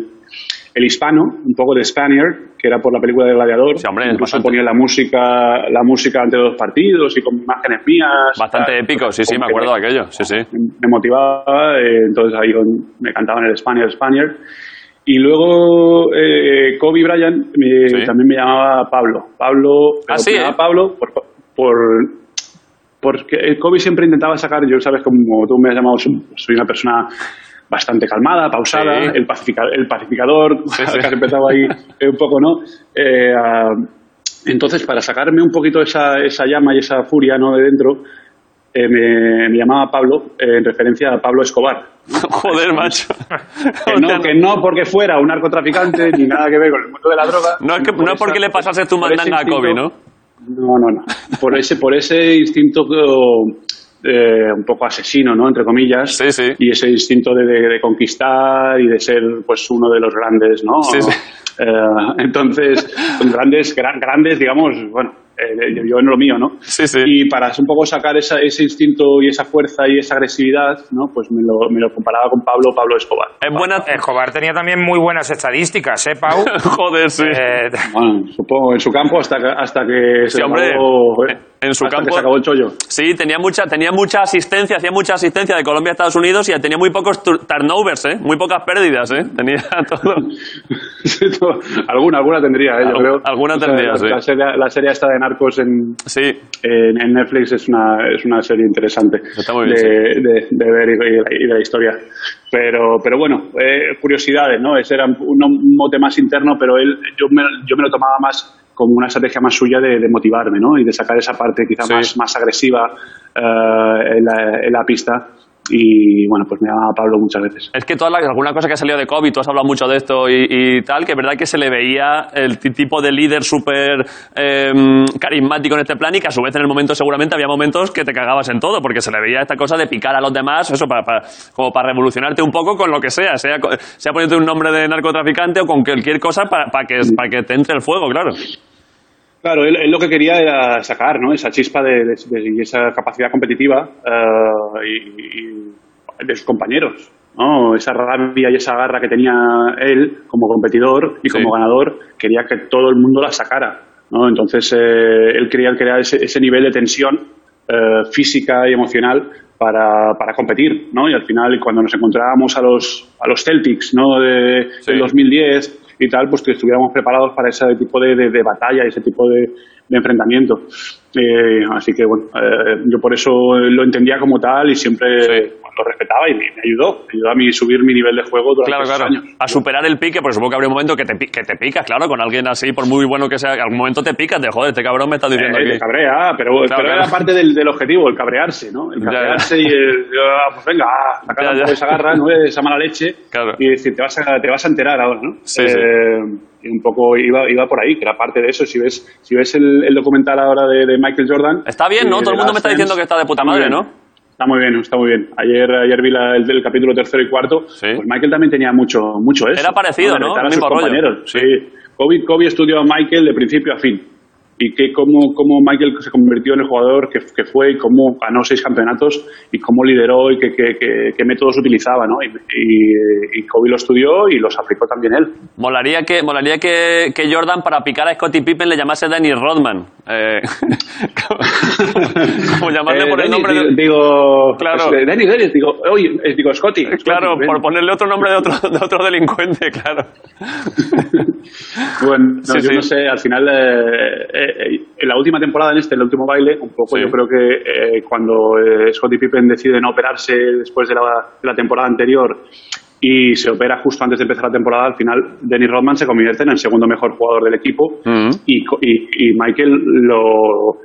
[SPEAKER 7] el hispano, un poco de Spaniard, que era por la película de Gladiador.
[SPEAKER 2] Sí, hombre, es
[SPEAKER 7] Incluso
[SPEAKER 2] bastante.
[SPEAKER 7] ponía la música, la música ante dos partidos y con imágenes mías.
[SPEAKER 2] Bastante
[SPEAKER 7] Ah,
[SPEAKER 2] épico, sí, sí,
[SPEAKER 7] como
[SPEAKER 2] me
[SPEAKER 7] que
[SPEAKER 2] acuerdo de aquello. Sí, sí.
[SPEAKER 7] me motivaba, eh, entonces ahí con- me cantaban el Spaniard, Spaniard. Y luego eh, Kobe Bryant me-
[SPEAKER 2] Sí.
[SPEAKER 7] también me llamaba Pablo. Pablo,
[SPEAKER 2] Ah,
[SPEAKER 7] pero
[SPEAKER 2] sí,
[SPEAKER 7] me llamaba
[SPEAKER 2] ¿eh?
[SPEAKER 7] Pablo por, por- porque el Kobe siempre intentaba sacar, yo sabes, como tú me has llamado, soy soy una persona bastante calmada, pausada,
[SPEAKER 2] Sí.
[SPEAKER 7] el, pacifica- el pacificador,
[SPEAKER 2] sí.
[SPEAKER 7] que has empezado ahí eh, un poco, ¿no? Eh, ah, entonces, para sacarme un poquito esa, esa llama y esa furia ¿no? de dentro, eh, me, me llamaba Pablo eh, en referencia a Pablo Escobar.
[SPEAKER 2] Joder, macho.
[SPEAKER 7] Que no, que no porque fuera un narcotraficante ni nada que ver con el mundo de la droga.
[SPEAKER 2] No es, que,
[SPEAKER 7] Por
[SPEAKER 2] no es
[SPEAKER 7] esa-
[SPEAKER 2] porque le pasases tu
[SPEAKER 7] por ese
[SPEAKER 2] mandanga a Kobe,
[SPEAKER 7] instinto-
[SPEAKER 2] ¿no?
[SPEAKER 7] No, no, no. Por ese, por ese instinto eh, un poco asesino, ¿no? Entre comillas.
[SPEAKER 2] Sí, sí.
[SPEAKER 7] Y ese instinto de, de- de conquistar y de ser pues uno de los grandes, ¿no?
[SPEAKER 2] Sí, sí.
[SPEAKER 7] Eh, entonces, pues, grandes, gran- grandes, digamos, bueno, eh, yo, yo en lo mío, ¿no?
[SPEAKER 2] Sí, sí.
[SPEAKER 7] Y para un poco sacar esa- ese instinto y esa fuerza y esa agresividad, ¿no? Pues me lo, me lo comparaba con Pablo, Pablo Escobar.
[SPEAKER 2] Es buena.
[SPEAKER 5] Escobar tenía también muy buenas estadísticas, ¿eh, Pau?
[SPEAKER 2] Joder, sí.
[SPEAKER 5] Eh,
[SPEAKER 7] Bueno, supongo, en su campo hasta que, hasta que
[SPEAKER 2] Sí, hombre,
[SPEAKER 7] acabó, ¿eh?
[SPEAKER 2] en- en su
[SPEAKER 7] hasta que
[SPEAKER 2] campo-
[SPEAKER 7] se acabó el chollo.
[SPEAKER 2] Sí, tenía mucha, tenía mucha asistencia, hacía mucha asistencia de Colombia a Estados Unidos y tenía muy pocos tur- turnovers, ¿eh? Muy pocas pérdidas, ¿eh? Tenía todo.
[SPEAKER 7] Sí, no, alguna, alguna tendría, eh, yo
[SPEAKER 2] Algu-
[SPEAKER 7] creo.
[SPEAKER 2] alguna
[SPEAKER 7] O sea,
[SPEAKER 2] tendría,
[SPEAKER 7] la,
[SPEAKER 2] sí.
[SPEAKER 7] la serie, la serie esta de Narcos en,
[SPEAKER 2] Sí,
[SPEAKER 7] Eh, en, en Netflix es una, es una serie interesante
[SPEAKER 2] Está muy bien,
[SPEAKER 7] de,
[SPEAKER 2] sí.
[SPEAKER 7] de- de ver y, y de la- y de la historia. Pero, pero bueno, eh, curiosidades, ¿no? Ese era un, un mote más interno, pero él, yo, me, yo me lo tomaba más como una estrategia más suya de, de motivarme, ¿no? Y de sacar esa parte quizá
[SPEAKER 2] Sí.
[SPEAKER 7] más, más agresiva eh, en, la, en la pista. Y bueno, pues me llamaba Pablo muchas veces.
[SPEAKER 2] Es que toda la- alguna cosa que ha salido de COVID, tú has hablado mucho de esto y, y tal, que es verdad que se le veía el ti- tipo de líder súper em, carismático en este plan y que a su vez en el momento seguramente había momentos que te cagabas en todo, porque se le veía esta cosa de picar a los demás, eso para, para- como para revolucionarte un poco con lo que sea, sea, co- sea poniéndote un nombre de narcotraficante o con cualquier cosa para, para que, para que te entre el fuego, claro.
[SPEAKER 7] Claro, él, él lo que quería era sacar ¿no? esa chispa de, de- de- y esa capacidad competitiva eh, y, y de sus compañeros. ¿no? Esa rabia y esa garra que tenía él como competidor y como
[SPEAKER 2] Sí.
[SPEAKER 7] ganador, quería que todo el mundo la sacara. ¿no? Entonces, eh, él quería crear ese, ese nivel de tensión eh, física y emocional para, para competir. ¿no? Y al final, cuando nos encontrábamos a los, a los Celtics ¿no? de,
[SPEAKER 2] Sí.
[SPEAKER 7] del 2010 y tal, pues que estuviéramos preparados para ese tipo de, de- de batalla, ese tipo de, de enfrentamiento. Eh, así que bueno, eh, yo por eso lo entendía como tal y siempre bueno, lo respetaba y me, me ayudó, me ayudó a mí subir mi nivel de juego durante
[SPEAKER 2] Claro,
[SPEAKER 7] esos
[SPEAKER 2] claro.
[SPEAKER 7] años.
[SPEAKER 2] A superar el pique, porque supongo que habría un momento que te, pi- que te picas, claro, con alguien así, por muy bueno que sea, algún momento te picas de joder, este cabrón me está diciendo
[SPEAKER 7] Eh,
[SPEAKER 2] aquí.
[SPEAKER 7] te cabrea, pero, pero
[SPEAKER 2] claro.
[SPEAKER 7] era parte del, del objetivo, el cabrearse, ¿no? El
[SPEAKER 2] Ya, ya.
[SPEAKER 7] cabrearse y el, ah, pues venga, ah, sacar
[SPEAKER 2] Ya,
[SPEAKER 7] un
[SPEAKER 2] ya.
[SPEAKER 7] poco esa garra, ¿no? esa mala leche
[SPEAKER 2] Claro.
[SPEAKER 7] y decir, te vas, a, te vas a enterar ahora, ¿no? Eh,
[SPEAKER 2] Sí, sí.
[SPEAKER 7] Y un poco iba, iba por ahí, que era parte de eso. Si ves, si ves el, el documental ahora de, de Michael Jordan...
[SPEAKER 2] Está bien, ¿no?
[SPEAKER 7] eh,
[SPEAKER 2] Todo el
[SPEAKER 7] de
[SPEAKER 2] mundo me
[SPEAKER 7] Last
[SPEAKER 2] está diciendo
[SPEAKER 7] Dance,
[SPEAKER 2] que está de puta
[SPEAKER 7] muy
[SPEAKER 2] madre,
[SPEAKER 7] bien.
[SPEAKER 2] ¿no?
[SPEAKER 7] Está muy bien, está muy bien. Ayer, ayer vi la- el, el capítulo tercero y cuarto.
[SPEAKER 2] Sí.
[SPEAKER 7] Pues Michael también tenía mucho, mucho eso.
[SPEAKER 2] Era parecido,
[SPEAKER 7] De
[SPEAKER 2] ¿no?
[SPEAKER 7] retar
[SPEAKER 2] El
[SPEAKER 7] a sus
[SPEAKER 2] mismo rollo.
[SPEAKER 7] compañeros.
[SPEAKER 2] Sí.
[SPEAKER 7] Sí. Kobe, Kobe estudió a Michael de principio a fin. Y que cómo, cómo Michael se convirtió en el jugador que, que fue y cómo ganó seis campeonatos y cómo lideró y qué, qué- qué- qué métodos utilizaba, ¿no? Y, y- y Kobe lo estudió y los aplicó también él.
[SPEAKER 2] Molaría que, molaría que, que Jordan para picar a Scottie Pippen le llamase Danny Rodman. Eh, como, como llamarle
[SPEAKER 7] Eh,
[SPEAKER 2] por el
[SPEAKER 7] Dennis,
[SPEAKER 2] nombre
[SPEAKER 7] di-
[SPEAKER 2] de,
[SPEAKER 7] Digo,
[SPEAKER 2] Claro.
[SPEAKER 7] pues, eh, Dennis, Dennis, digo, oye, eh, digo, Scotty. Scotty,
[SPEAKER 2] Claro,
[SPEAKER 7] ven.
[SPEAKER 2] por ponerle otro nombre de otro, de otro delincuente, claro.
[SPEAKER 7] Bueno, no,
[SPEAKER 2] Sí,
[SPEAKER 7] yo
[SPEAKER 2] sí.
[SPEAKER 7] no sé, al final, eh, eh, eh, en la última temporada, en este, el último baile, un poco
[SPEAKER 2] Sí.
[SPEAKER 7] yo creo que eh, cuando eh, Scottie Pippen decide no operarse después de la, de la temporada anterior y se opera justo antes de empezar la temporada. Al final, Dennis Rodman se convierte en el segundo mejor jugador del equipo y, co- y- y Michael lo,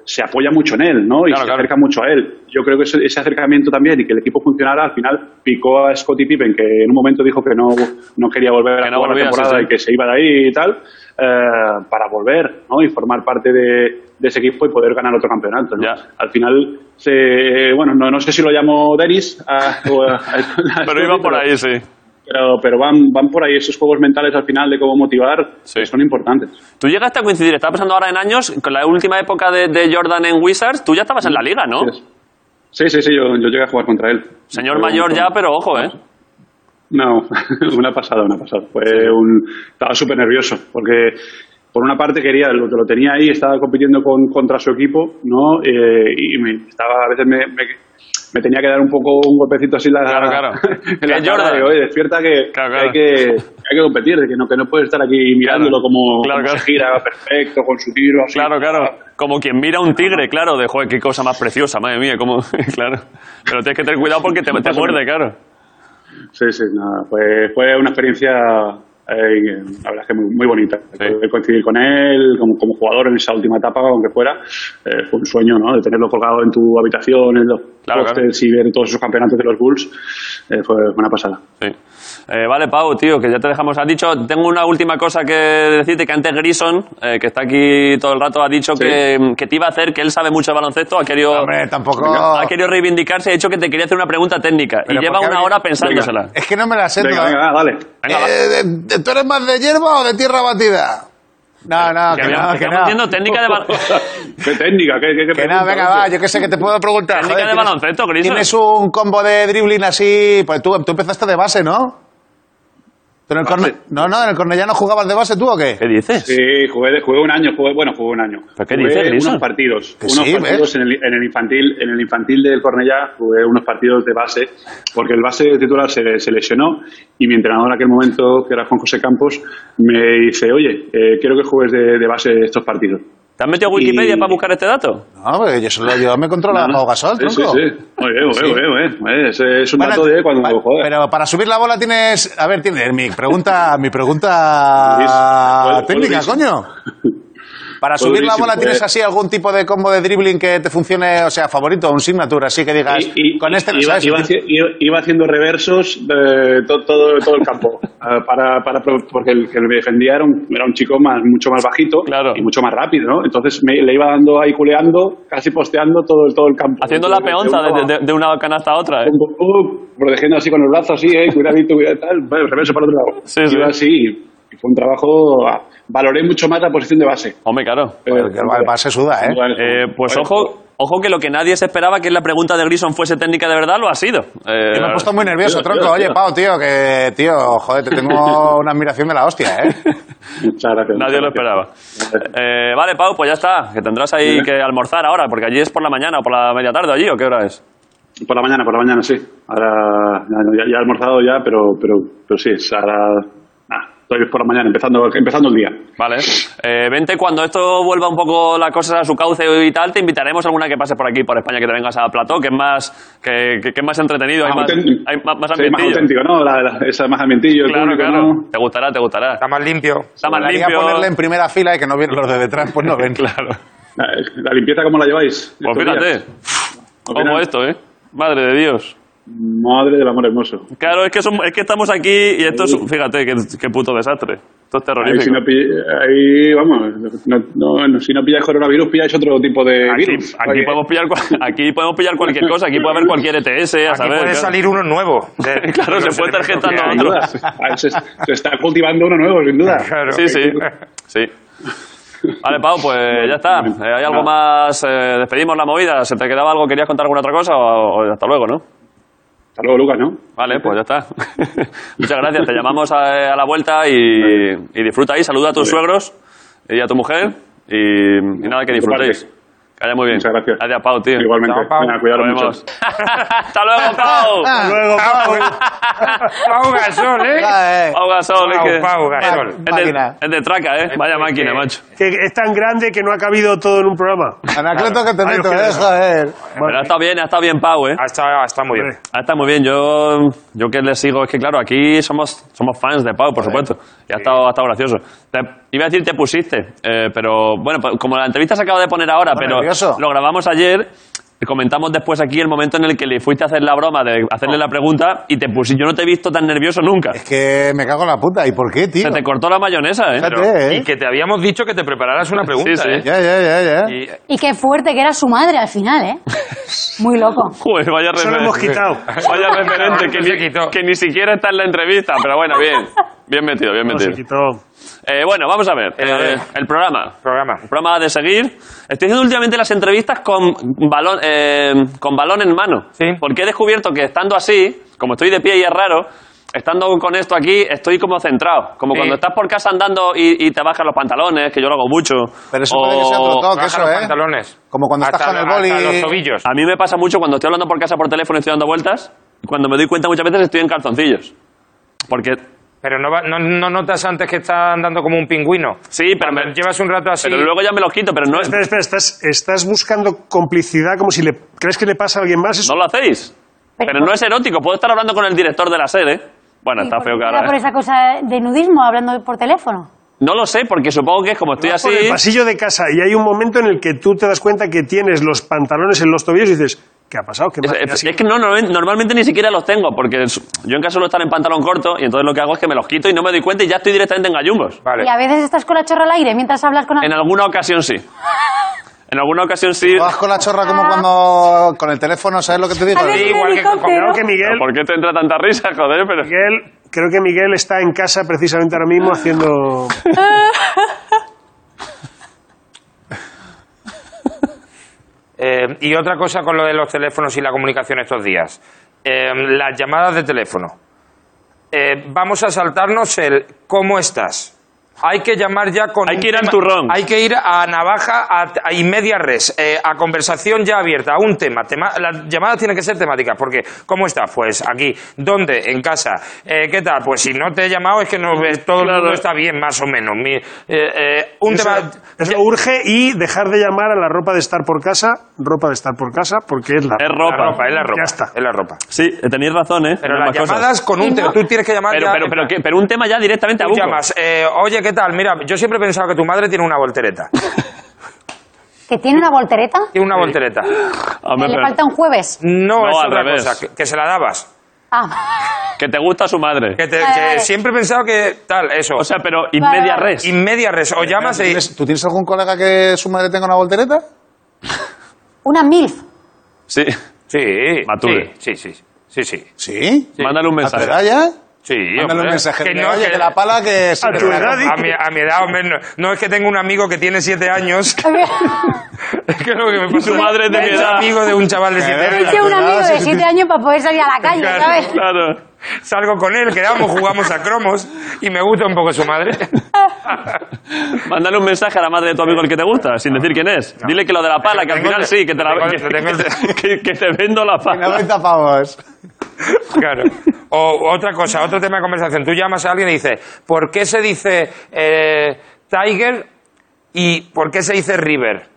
[SPEAKER 7] se apoya mucho en él, ¿no? Y
[SPEAKER 2] Claro,
[SPEAKER 7] se
[SPEAKER 2] claro.
[SPEAKER 7] acerca mucho a él. Yo creo que ese, ese acercamiento también y que el equipo funcionara, al final picó a Scottie Pippen, que en un momento dijo que no, no quería volver
[SPEAKER 2] Que
[SPEAKER 7] a
[SPEAKER 2] no
[SPEAKER 7] jugar
[SPEAKER 2] volvía,
[SPEAKER 7] la
[SPEAKER 2] sí,
[SPEAKER 7] temporada
[SPEAKER 2] sí.
[SPEAKER 7] y que se iba de ahí y tal, eh, para volver, ¿no? Y formar parte de, de ese equipo y poder ganar otro campeonato, ¿no?
[SPEAKER 2] Ya.
[SPEAKER 7] Al final, se, bueno, no, no sé si lo llamo Dennis a- o a- a-
[SPEAKER 2] Pero iba por ahí, sí.
[SPEAKER 7] pero, pero van, van por ahí esos juegos mentales al final de cómo motivar,
[SPEAKER 2] Sí.
[SPEAKER 7] que son importantes.
[SPEAKER 2] Tú llegaste a coincidir, estaba pensando ahora en años, con la última época de, de Jordan en Wizards, tú ya estabas en la liga, ¿no?
[SPEAKER 7] Sí, sí, sí, yo, yo llegué a jugar contra él.
[SPEAKER 2] Señor
[SPEAKER 7] Fue un-
[SPEAKER 2] mayor ya, pero ojo, ¿eh?
[SPEAKER 7] No, una pasada, una pasada. Fue un, estaba súper nervioso porque por una parte quería lo que lo tenía ahí, estaba compitiendo con, contra su equipo, ¿no? Eh, y me, estaba a veces me, me, me tenía que dar un poco un golpecito así en la,
[SPEAKER 2] Claro, claro.
[SPEAKER 7] en la
[SPEAKER 2] Que
[SPEAKER 7] cara,
[SPEAKER 2] Jordan.
[SPEAKER 7] digo, "Oye, despierta
[SPEAKER 2] Claro,
[SPEAKER 7] que, que
[SPEAKER 2] claro.
[SPEAKER 7] hay que, que hay que competir, de que no que no puedes estar aquí mirándolo como,
[SPEAKER 2] Claro,
[SPEAKER 7] como
[SPEAKER 2] claro.
[SPEAKER 7] se gira perfecto con su tiro así.
[SPEAKER 2] Claro, claro. Como quien mira a un tigre, claro, de joder, qué cosa más preciosa, madre mía, como. claro. Pero tienes que tener cuidado porque te, te muerde, claro.
[SPEAKER 7] Sí, sí, nada, pues fue una experiencia, eh, la verdad es que muy, muy bonita. Poder coincidir con él como, como jugador en esa última etapa, aunque fuera, eh, fue un sueño, ¿no? De tenerlo colgado en tu habitación, en los
[SPEAKER 2] Claro,
[SPEAKER 7] pósters y ver todos esos campeonatos de los Bulls, eh, fue una pasada.
[SPEAKER 2] Sí. Eh, vale, Pau, tío, que ya te dejamos. Has dicho, tengo una última cosa que decirte, que antes Grison, eh, que está aquí todo el rato, ha dicho
[SPEAKER 7] Sí.
[SPEAKER 2] que, que te iba a hacer, que él sabe mucho de baloncesto, ha querido,
[SPEAKER 4] Hombre, tampoco.
[SPEAKER 2] ha querido reivindicarse, ha dicho que te quería hacer una pregunta técnica y
[SPEAKER 4] Pero
[SPEAKER 2] lleva
[SPEAKER 4] ¿por qué
[SPEAKER 2] una
[SPEAKER 4] ha-
[SPEAKER 2] hora pensándosela.
[SPEAKER 4] Es que no me la sé
[SPEAKER 7] Venga,
[SPEAKER 4] todavía.
[SPEAKER 7] venga, va, dale.
[SPEAKER 2] Venga, va.
[SPEAKER 4] Eh, de- de- ¿Tú eres más de hierba o de tierra batida? No, no, que,
[SPEAKER 2] Que
[SPEAKER 4] no,
[SPEAKER 2] estamos
[SPEAKER 4] que
[SPEAKER 2] haciendo
[SPEAKER 4] no.
[SPEAKER 2] técnica de, ba-
[SPEAKER 7] ¿Qué técnica? ¿Qué, qué, qué
[SPEAKER 4] Que
[SPEAKER 7] pregunta,
[SPEAKER 4] no, venga,
[SPEAKER 7] hostia?
[SPEAKER 4] va, yo que sé que te puedo preguntar.
[SPEAKER 2] Técnica de
[SPEAKER 4] tienes-
[SPEAKER 2] baloncesto, Griso.
[SPEAKER 4] Tienes un combo de dribbling así, pues tú, tú empezaste de base, ¿no? Pero en el corne- no, no, en el Cornellano jugabas de base tú o qué?
[SPEAKER 2] ¿Qué dices?
[SPEAKER 7] Sí, jugué, jugué un año, jugué, bueno, jugué un año.
[SPEAKER 2] ¿Pero qué
[SPEAKER 7] Jugué
[SPEAKER 2] dices, Griso?
[SPEAKER 7] unos partidos,
[SPEAKER 4] Que
[SPEAKER 7] unos
[SPEAKER 4] sí,
[SPEAKER 7] partidos en el, en el infantil, en el infantil del Cornellá jugué unos partidos de base, porque el base titular se, se lesionó y mi entrenador en aquel momento, que era Juan José Campos, me dice, oye, eh, quiero que juegues de, de base estos partidos.
[SPEAKER 2] ¿Te has metido a Wikipedia
[SPEAKER 7] Y-
[SPEAKER 2] para buscar este dato?
[SPEAKER 4] No, pues yo solo yo me controlaba
[SPEAKER 7] No,
[SPEAKER 4] Pau
[SPEAKER 7] no.
[SPEAKER 4] Gasol,
[SPEAKER 7] Sí, sí,
[SPEAKER 4] tronco.
[SPEAKER 7] sí. Muy bien, muy bien, muy bien, muy bien. Ese Es un
[SPEAKER 4] Bueno,
[SPEAKER 7] dato de cuando...
[SPEAKER 4] pa-
[SPEAKER 7] joder.
[SPEAKER 4] pero para subir la bola tienes, a ver, tienes mi pregunta, mi pregunta
[SPEAKER 7] Luis, ¿cuál- cuál
[SPEAKER 4] técnica,
[SPEAKER 7] Luis?
[SPEAKER 4] coño. Para
[SPEAKER 7] Fue
[SPEAKER 4] subir la
[SPEAKER 7] durísimo,
[SPEAKER 4] bola tienes
[SPEAKER 7] eh.
[SPEAKER 4] así algún tipo de combo de dribbling que te funcione, o sea, favorito, un signature, así que digas,
[SPEAKER 7] Y- y-
[SPEAKER 4] con este
[SPEAKER 7] iba,
[SPEAKER 4] ¿sabes?
[SPEAKER 7] iba haci- iba- iba haciendo reversos de to- todo, todo el campo eh, para, para pro- porque el que me defendía era un, era un chico más mucho más bajito
[SPEAKER 2] Claro.
[SPEAKER 7] y mucho más rápido ¿no? entonces me, le iba dando ahí culeando casi posteando todo, el- todo el campo
[SPEAKER 2] Haciendo la peonza
[SPEAKER 7] un
[SPEAKER 2] de,
[SPEAKER 7] lado
[SPEAKER 2] de- de una canasta a otra, ¿eh?
[SPEAKER 7] pum, pum, pum, uh, protegiendo así con el brazo así, eh, cuidadito, cuidado, tal, bueno, reverso para el otro lado.
[SPEAKER 2] Sí, sí.
[SPEAKER 7] Iba así y fue un trabajo, ah, valoré mucho más la posición de base.
[SPEAKER 2] Hombre, claro.
[SPEAKER 7] eh,
[SPEAKER 4] Porque el base suda, ¿eh?
[SPEAKER 2] Eh, pues ojo, ojo que lo que nadie se esperaba que la pregunta de Grison fuese técnica de verdad lo ha sido. Eh,
[SPEAKER 4] Yo me he puesto muy nervioso,
[SPEAKER 7] Tío,
[SPEAKER 4] tronco.
[SPEAKER 7] tío,
[SPEAKER 4] Oye,
[SPEAKER 7] tío.
[SPEAKER 4] Pau, tío, que, tío, joder, te tengo una admiración de la hostia, ¿eh?
[SPEAKER 7] Muchas gracias.
[SPEAKER 2] Nadie lo
[SPEAKER 7] muchas gracias.
[SPEAKER 2] esperaba. Eh, vale, Pau, pues ya está. Que tendrás ahí
[SPEAKER 7] Bien.
[SPEAKER 2] que almorzar ahora, porque allí es por la mañana o por la media tarde allí, ¿o qué hora es?
[SPEAKER 7] Por la mañana, por la mañana, sí. Ahora ya, ya- ya he almorzado ya, pero, pero, pero sí, es ahora ah, estoy por la mañana, empezando, empezando el día.
[SPEAKER 2] Vale. Eh, vente cuando esto vuelva un poco la cosa a su cauce y tal, te invitaremos a alguna que pase por aquí, por España, que te vengas a Plató, que es más, que, que- que es más entretenido, hay más,
[SPEAKER 7] auténtico.
[SPEAKER 2] hay más, más
[SPEAKER 7] Sí, más
[SPEAKER 2] ambientillo.
[SPEAKER 7] auténtico, ¿no? La, la- esa más ambientillo, el
[SPEAKER 2] Claro,
[SPEAKER 7] público,
[SPEAKER 2] claro.
[SPEAKER 7] ¿no?
[SPEAKER 2] Te gustará, te gustará.
[SPEAKER 5] Está más limpio.
[SPEAKER 2] Está más
[SPEAKER 4] Quería
[SPEAKER 2] limpio.
[SPEAKER 4] ponerle en primera fila y que no vienen los de detrás, pues no ven.
[SPEAKER 2] Claro.
[SPEAKER 7] La, la limpieza, ¿cómo la lleváis?
[SPEAKER 2] Pues
[SPEAKER 7] estos
[SPEAKER 2] fíjate,
[SPEAKER 7] días?
[SPEAKER 2] como
[SPEAKER 7] Opinan-
[SPEAKER 2] esto, ¿eh? Madre de Dios.
[SPEAKER 7] Madre del amor hermoso.
[SPEAKER 2] Claro, es que, son- es que estamos aquí y esto es. Fíjate, qué, qué puto desastre. Esto es
[SPEAKER 7] Ahí, si
[SPEAKER 2] terrorífico.
[SPEAKER 7] no pill- ahí, vamos, no, no, no, si no pilláis coronavirus, pilláis otro tipo de
[SPEAKER 2] Aquí,
[SPEAKER 7] virus.
[SPEAKER 2] aquí
[SPEAKER 7] Oye,
[SPEAKER 2] podemos pillar, cual- aquí podemos pillar cualquier cosa, aquí puede haber cualquier ETS, a
[SPEAKER 5] Aquí
[SPEAKER 2] saber.
[SPEAKER 5] puede
[SPEAKER 2] claro.
[SPEAKER 5] salir uno nuevo. de-
[SPEAKER 2] Claro,
[SPEAKER 5] de
[SPEAKER 2] se
[SPEAKER 5] los
[SPEAKER 2] puede
[SPEAKER 5] elementos
[SPEAKER 2] tarjetando
[SPEAKER 5] que hay.
[SPEAKER 2] otro.
[SPEAKER 7] duda. Ah, Se, se está cultivando uno nuevo, sin duda.
[SPEAKER 5] Claro.
[SPEAKER 2] Sí, sí. sí. Vale, Pau, pues ya está. Eh, ¿Hay algo más? eh, ¿Despedimos la movida? ¿Se te quedaba algo? ¿Querías contar alguna otra cosa? O, o hasta luego, ¿no?
[SPEAKER 7] Hasta luego, Lucas, ¿no?
[SPEAKER 2] Vale, pues ya está. Muchas gracias. Te llamamos a, a la vuelta y, y disfruta ahí. Saluda a tus suegros y a tu mujer. Y, y nada, que
[SPEAKER 7] De tu parte.
[SPEAKER 2] disfrutéis. Que vaya muy bien.
[SPEAKER 7] Muchas gracias.
[SPEAKER 2] Gracias, Pau, tío.
[SPEAKER 7] Igualmente.
[SPEAKER 5] Chao, Pau.
[SPEAKER 7] Venga, cuidaros
[SPEAKER 2] Nos
[SPEAKER 7] mucho.
[SPEAKER 2] vemos. Hasta luego, Pau.
[SPEAKER 4] Luego, Pau.
[SPEAKER 5] Pau Gasol, ¿eh?
[SPEAKER 4] Ah, eh.
[SPEAKER 2] Pau Gasol. es
[SPEAKER 5] Pau,
[SPEAKER 2] que-
[SPEAKER 5] Pau Gasol.
[SPEAKER 2] Es de,
[SPEAKER 4] Máquina.
[SPEAKER 2] es de traca, ¿eh? Vaya máquina, macho.
[SPEAKER 6] Que es tan grande que no ha cabido todo en un programa.
[SPEAKER 2] Pues
[SPEAKER 4] Anacleto que te
[SPEAKER 6] Ay,
[SPEAKER 4] meto,
[SPEAKER 6] Dios, qué
[SPEAKER 4] eh, joder.
[SPEAKER 2] Pero ha estado bien, ha estado bien Pau, ¿eh?
[SPEAKER 5] Ha estado, ha estado muy bien.
[SPEAKER 2] Ah, está muy bien. Yo, yo que le sigo, es que claro, aquí somos, somos fans de Pau, por supuesto. Y ha estado, ha estado gracioso. Te- iba a decir te pusiste, eh, pero bueno, pa- como la entrevista se acaba de poner ahora, pero
[SPEAKER 4] nervioso.
[SPEAKER 2] lo grabamos ayer. y Comentamos después aquí el momento en el que le fuiste a hacer la broma de hacerle la pregunta y te pusiste. Yo no te he visto tan nervioso nunca.
[SPEAKER 4] Es que me cago en la puta. ¿Y por qué, tío?
[SPEAKER 2] Se te cortó la mayonesa, ¿eh?
[SPEAKER 4] Fíjate,
[SPEAKER 2] Pero-
[SPEAKER 4] eh.
[SPEAKER 5] Y que te habíamos dicho que te prepararas una pregunta,
[SPEAKER 2] Sí, sí.
[SPEAKER 5] ¿eh?
[SPEAKER 4] Ya, ya, ya, ya.
[SPEAKER 5] Y- eh,
[SPEAKER 3] Y qué fuerte que era su madre al final, ¿eh? Muy loco.
[SPEAKER 2] Joder, vaya
[SPEAKER 6] Eso lo
[SPEAKER 2] refer-
[SPEAKER 6] hemos quitado.
[SPEAKER 2] Vaya referente que
[SPEAKER 5] Se
[SPEAKER 2] ni,
[SPEAKER 5] quitó.
[SPEAKER 2] que ni siquiera está en la entrevista, pero bueno, bien. Bien metido, bien
[SPEAKER 6] No, se
[SPEAKER 2] metido.
[SPEAKER 6] quitó.
[SPEAKER 2] Eh, bueno, vamos a ver.
[SPEAKER 5] Eh, a
[SPEAKER 2] eh,
[SPEAKER 5] ver.
[SPEAKER 2] el programa.
[SPEAKER 5] Programa.
[SPEAKER 2] El programa de seguir. Estoy haciendo últimamente las entrevistas con balón, eh, con balón en mano.
[SPEAKER 5] Sí.
[SPEAKER 2] Porque he descubierto que estando así, como estoy de pie y es raro, estando con esto aquí, estoy como centrado. Como
[SPEAKER 5] Sí.
[SPEAKER 2] cuando estás por casa andando y, y te bajan los pantalones, que yo lo hago mucho.
[SPEAKER 4] Pero eso puede que sea otro toque,
[SPEAKER 5] Baja
[SPEAKER 4] eso,
[SPEAKER 5] los
[SPEAKER 4] ¿eh?
[SPEAKER 5] pantalones.
[SPEAKER 4] Como cuando estás
[SPEAKER 5] Hasta-
[SPEAKER 4] con el boli.
[SPEAKER 5] Hasta los tobillos.
[SPEAKER 2] A mí me pasa mucho cuando estoy hablando por casa por teléfono y estoy dando vueltas. Cuando me doy cuenta muchas veces estoy en calzoncillos. Porque
[SPEAKER 5] Pero no, va- no, no notas antes que está andando como un pingüino.
[SPEAKER 2] Sí, pero
[SPEAKER 5] Cuando
[SPEAKER 2] me-
[SPEAKER 5] llevas un rato así.
[SPEAKER 2] pero luego ya me los quito, pero no,
[SPEAKER 6] Espera, espera, estás, estás buscando complicidad como si le crees que le pasa a alguien más. Eso-
[SPEAKER 2] no lo hacéis. Pero no es erótico. Puedo estar hablando con el director de la serie. Bueno,
[SPEAKER 3] ¿Y
[SPEAKER 2] está
[SPEAKER 3] por
[SPEAKER 2] feo
[SPEAKER 3] qué
[SPEAKER 2] que
[SPEAKER 3] era
[SPEAKER 2] ahora. ¿eh?
[SPEAKER 3] por esa cosa de nudismo hablando por teléfono?
[SPEAKER 2] No lo sé, porque supongo que es como estoy
[SPEAKER 6] Vas
[SPEAKER 2] así.
[SPEAKER 6] por el pasillo de casa y hay un momento en el que tú te das cuenta que tienes los pantalones en los tobillos y dices, ¿qué ha pasado? ¿Qué
[SPEAKER 2] Es,
[SPEAKER 6] más? Y
[SPEAKER 2] es-
[SPEAKER 6] así-
[SPEAKER 2] es que no, no- normalmente ni siquiera los tengo, porque es- yo en casa suelo estar en pantalón corto y entonces lo que hago es que me los quito y no me doy cuenta y ya estoy directamente en gallumbos.
[SPEAKER 5] Vale.
[SPEAKER 3] Y a veces estás con la chorra al aire mientras hablas con
[SPEAKER 2] En
[SPEAKER 3] alguien.
[SPEAKER 2] alguna ocasión sí. En alguna ocasión sí.
[SPEAKER 4] Vas con la chorra como cuando con el teléfono, ¿sabes lo que te digo?
[SPEAKER 3] Ah. A ver,
[SPEAKER 5] Sí,
[SPEAKER 3] un
[SPEAKER 5] igual que
[SPEAKER 3] helicóptero.
[SPEAKER 6] Creo que Miguel,
[SPEAKER 2] ¿Por qué te entra tanta risa, joder? Pero...
[SPEAKER 6] Miguel- creo que Miguel está en casa precisamente ahora mismo haciendo...
[SPEAKER 5] Eh, y otra cosa con lo de los teléfonos y la comunicación estos días. Eh, las llamadas de teléfono. Eh, vamos a saltarnos el ¿cómo estás? Hay que llamar ya con...
[SPEAKER 2] Hay
[SPEAKER 5] un
[SPEAKER 2] que ir al
[SPEAKER 5] tema-
[SPEAKER 2] turrón.
[SPEAKER 5] Hay que ir a navaja a- a y media res, eh, a conversación ya abierta, a un tema. tema- las llamadas tienen que ser temáticas, porque ¿cómo estás? Pues aquí. ¿Dónde? En casa. Eh, ¿Qué tal? Pues si no te he llamado es que no ves, todo el mundo está bien, más o menos. Mi- eh, eh, un
[SPEAKER 6] Eso,
[SPEAKER 5] tema...
[SPEAKER 6] eso urge y dejar de llamar a la ropa de estar por casa, ropa de estar por casa, porque es la...
[SPEAKER 2] Es
[SPEAKER 5] La
[SPEAKER 2] ropa.
[SPEAKER 5] ropa, es la ropa.
[SPEAKER 6] Ya está.
[SPEAKER 5] Es la ropa.
[SPEAKER 2] Sí, tenéis razón, ¿eh?
[SPEAKER 5] Pero
[SPEAKER 2] En
[SPEAKER 5] las
[SPEAKER 2] ambas cosas.
[SPEAKER 5] llamadas con un tema. Tú tienes que llamar
[SPEAKER 2] Pero,
[SPEAKER 5] ya.
[SPEAKER 2] pero, pero, ¿qué? pero un tema ya directamente a
[SPEAKER 5] Tú
[SPEAKER 2] buco.
[SPEAKER 5] llamas. eh, Oye, ¿qué tal? Mira, yo siempre he pensado que tu madre tiene una voltereta.
[SPEAKER 3] ¿Que tiene una voltereta?
[SPEAKER 5] Tiene una voltereta.
[SPEAKER 2] Hombre,
[SPEAKER 3] le
[SPEAKER 2] pero-
[SPEAKER 3] falta un jueves.
[SPEAKER 5] No,
[SPEAKER 2] No,
[SPEAKER 5] es
[SPEAKER 2] al
[SPEAKER 5] otra
[SPEAKER 2] revés.
[SPEAKER 5] cosa. Que, que se la dabas.
[SPEAKER 3] Ah,
[SPEAKER 2] Que te gusta su madre.
[SPEAKER 5] Que, te-
[SPEAKER 3] Vale,
[SPEAKER 5] que
[SPEAKER 3] vale.
[SPEAKER 5] siempre he pensado que tal, eso.
[SPEAKER 2] O sea, Eh, pero y
[SPEAKER 3] Vale,
[SPEAKER 2] media
[SPEAKER 3] vale.
[SPEAKER 2] res.
[SPEAKER 5] y media res. O llamas
[SPEAKER 4] ¿Tú
[SPEAKER 5] y.
[SPEAKER 4] tienes- ¿Tú tienes algún colega que su madre tenga una voltereta?
[SPEAKER 3] una MILF.
[SPEAKER 2] Sí.
[SPEAKER 5] Sí.
[SPEAKER 2] Mature.
[SPEAKER 5] Sí, sí, sí. Sí, sí.
[SPEAKER 4] Sí.
[SPEAKER 2] Mándale un
[SPEAKER 4] ¿A tu
[SPEAKER 2] mensaje.
[SPEAKER 4] edad ya?
[SPEAKER 5] Sí,
[SPEAKER 4] Mándale
[SPEAKER 5] hombre.
[SPEAKER 4] un mensaje.
[SPEAKER 5] Que
[SPEAKER 4] dile,
[SPEAKER 5] no,
[SPEAKER 4] Oye,
[SPEAKER 5] que-
[SPEAKER 4] que la pala que... sí,
[SPEAKER 6] A
[SPEAKER 4] que
[SPEAKER 6] tu
[SPEAKER 4] la-
[SPEAKER 6] edad,
[SPEAKER 5] A mi, a mi edad, hombre, no, no es que tengo un amigo que tiene siete años. es que lo que me pasa
[SPEAKER 2] Su madre es de mi
[SPEAKER 5] es
[SPEAKER 2] edad.
[SPEAKER 5] amigo de un chaval de siete
[SPEAKER 4] Claro.
[SPEAKER 5] años.
[SPEAKER 3] Hice un
[SPEAKER 4] cuidado,
[SPEAKER 3] amigo
[SPEAKER 4] sí,
[SPEAKER 3] de
[SPEAKER 4] sí,
[SPEAKER 3] 7
[SPEAKER 4] sí.
[SPEAKER 3] años para poder salir a la calle,
[SPEAKER 5] Claro.
[SPEAKER 3] ¿sabes?
[SPEAKER 2] Claro.
[SPEAKER 5] Salgo con él, quedamos, jugamos a cromos y me gusta un poco su madre.
[SPEAKER 2] Mándale un mensaje a la madre de tu amigo el que te gusta, sin decir quién es. Dile que lo de la pala, que al
[SPEAKER 5] Tengo
[SPEAKER 2] final
[SPEAKER 5] el-
[SPEAKER 2] sí, que te la
[SPEAKER 5] tengo
[SPEAKER 2] que,
[SPEAKER 5] el- tengo el-
[SPEAKER 2] que- que te vendo la
[SPEAKER 4] Me
[SPEAKER 2] pala.
[SPEAKER 4] doy tapabos.
[SPEAKER 5] Claro. O otra cosa, otro tema de conversación. Tú llamas a alguien y dices, ¿por qué se dice eh, Tiger y por qué se dice River?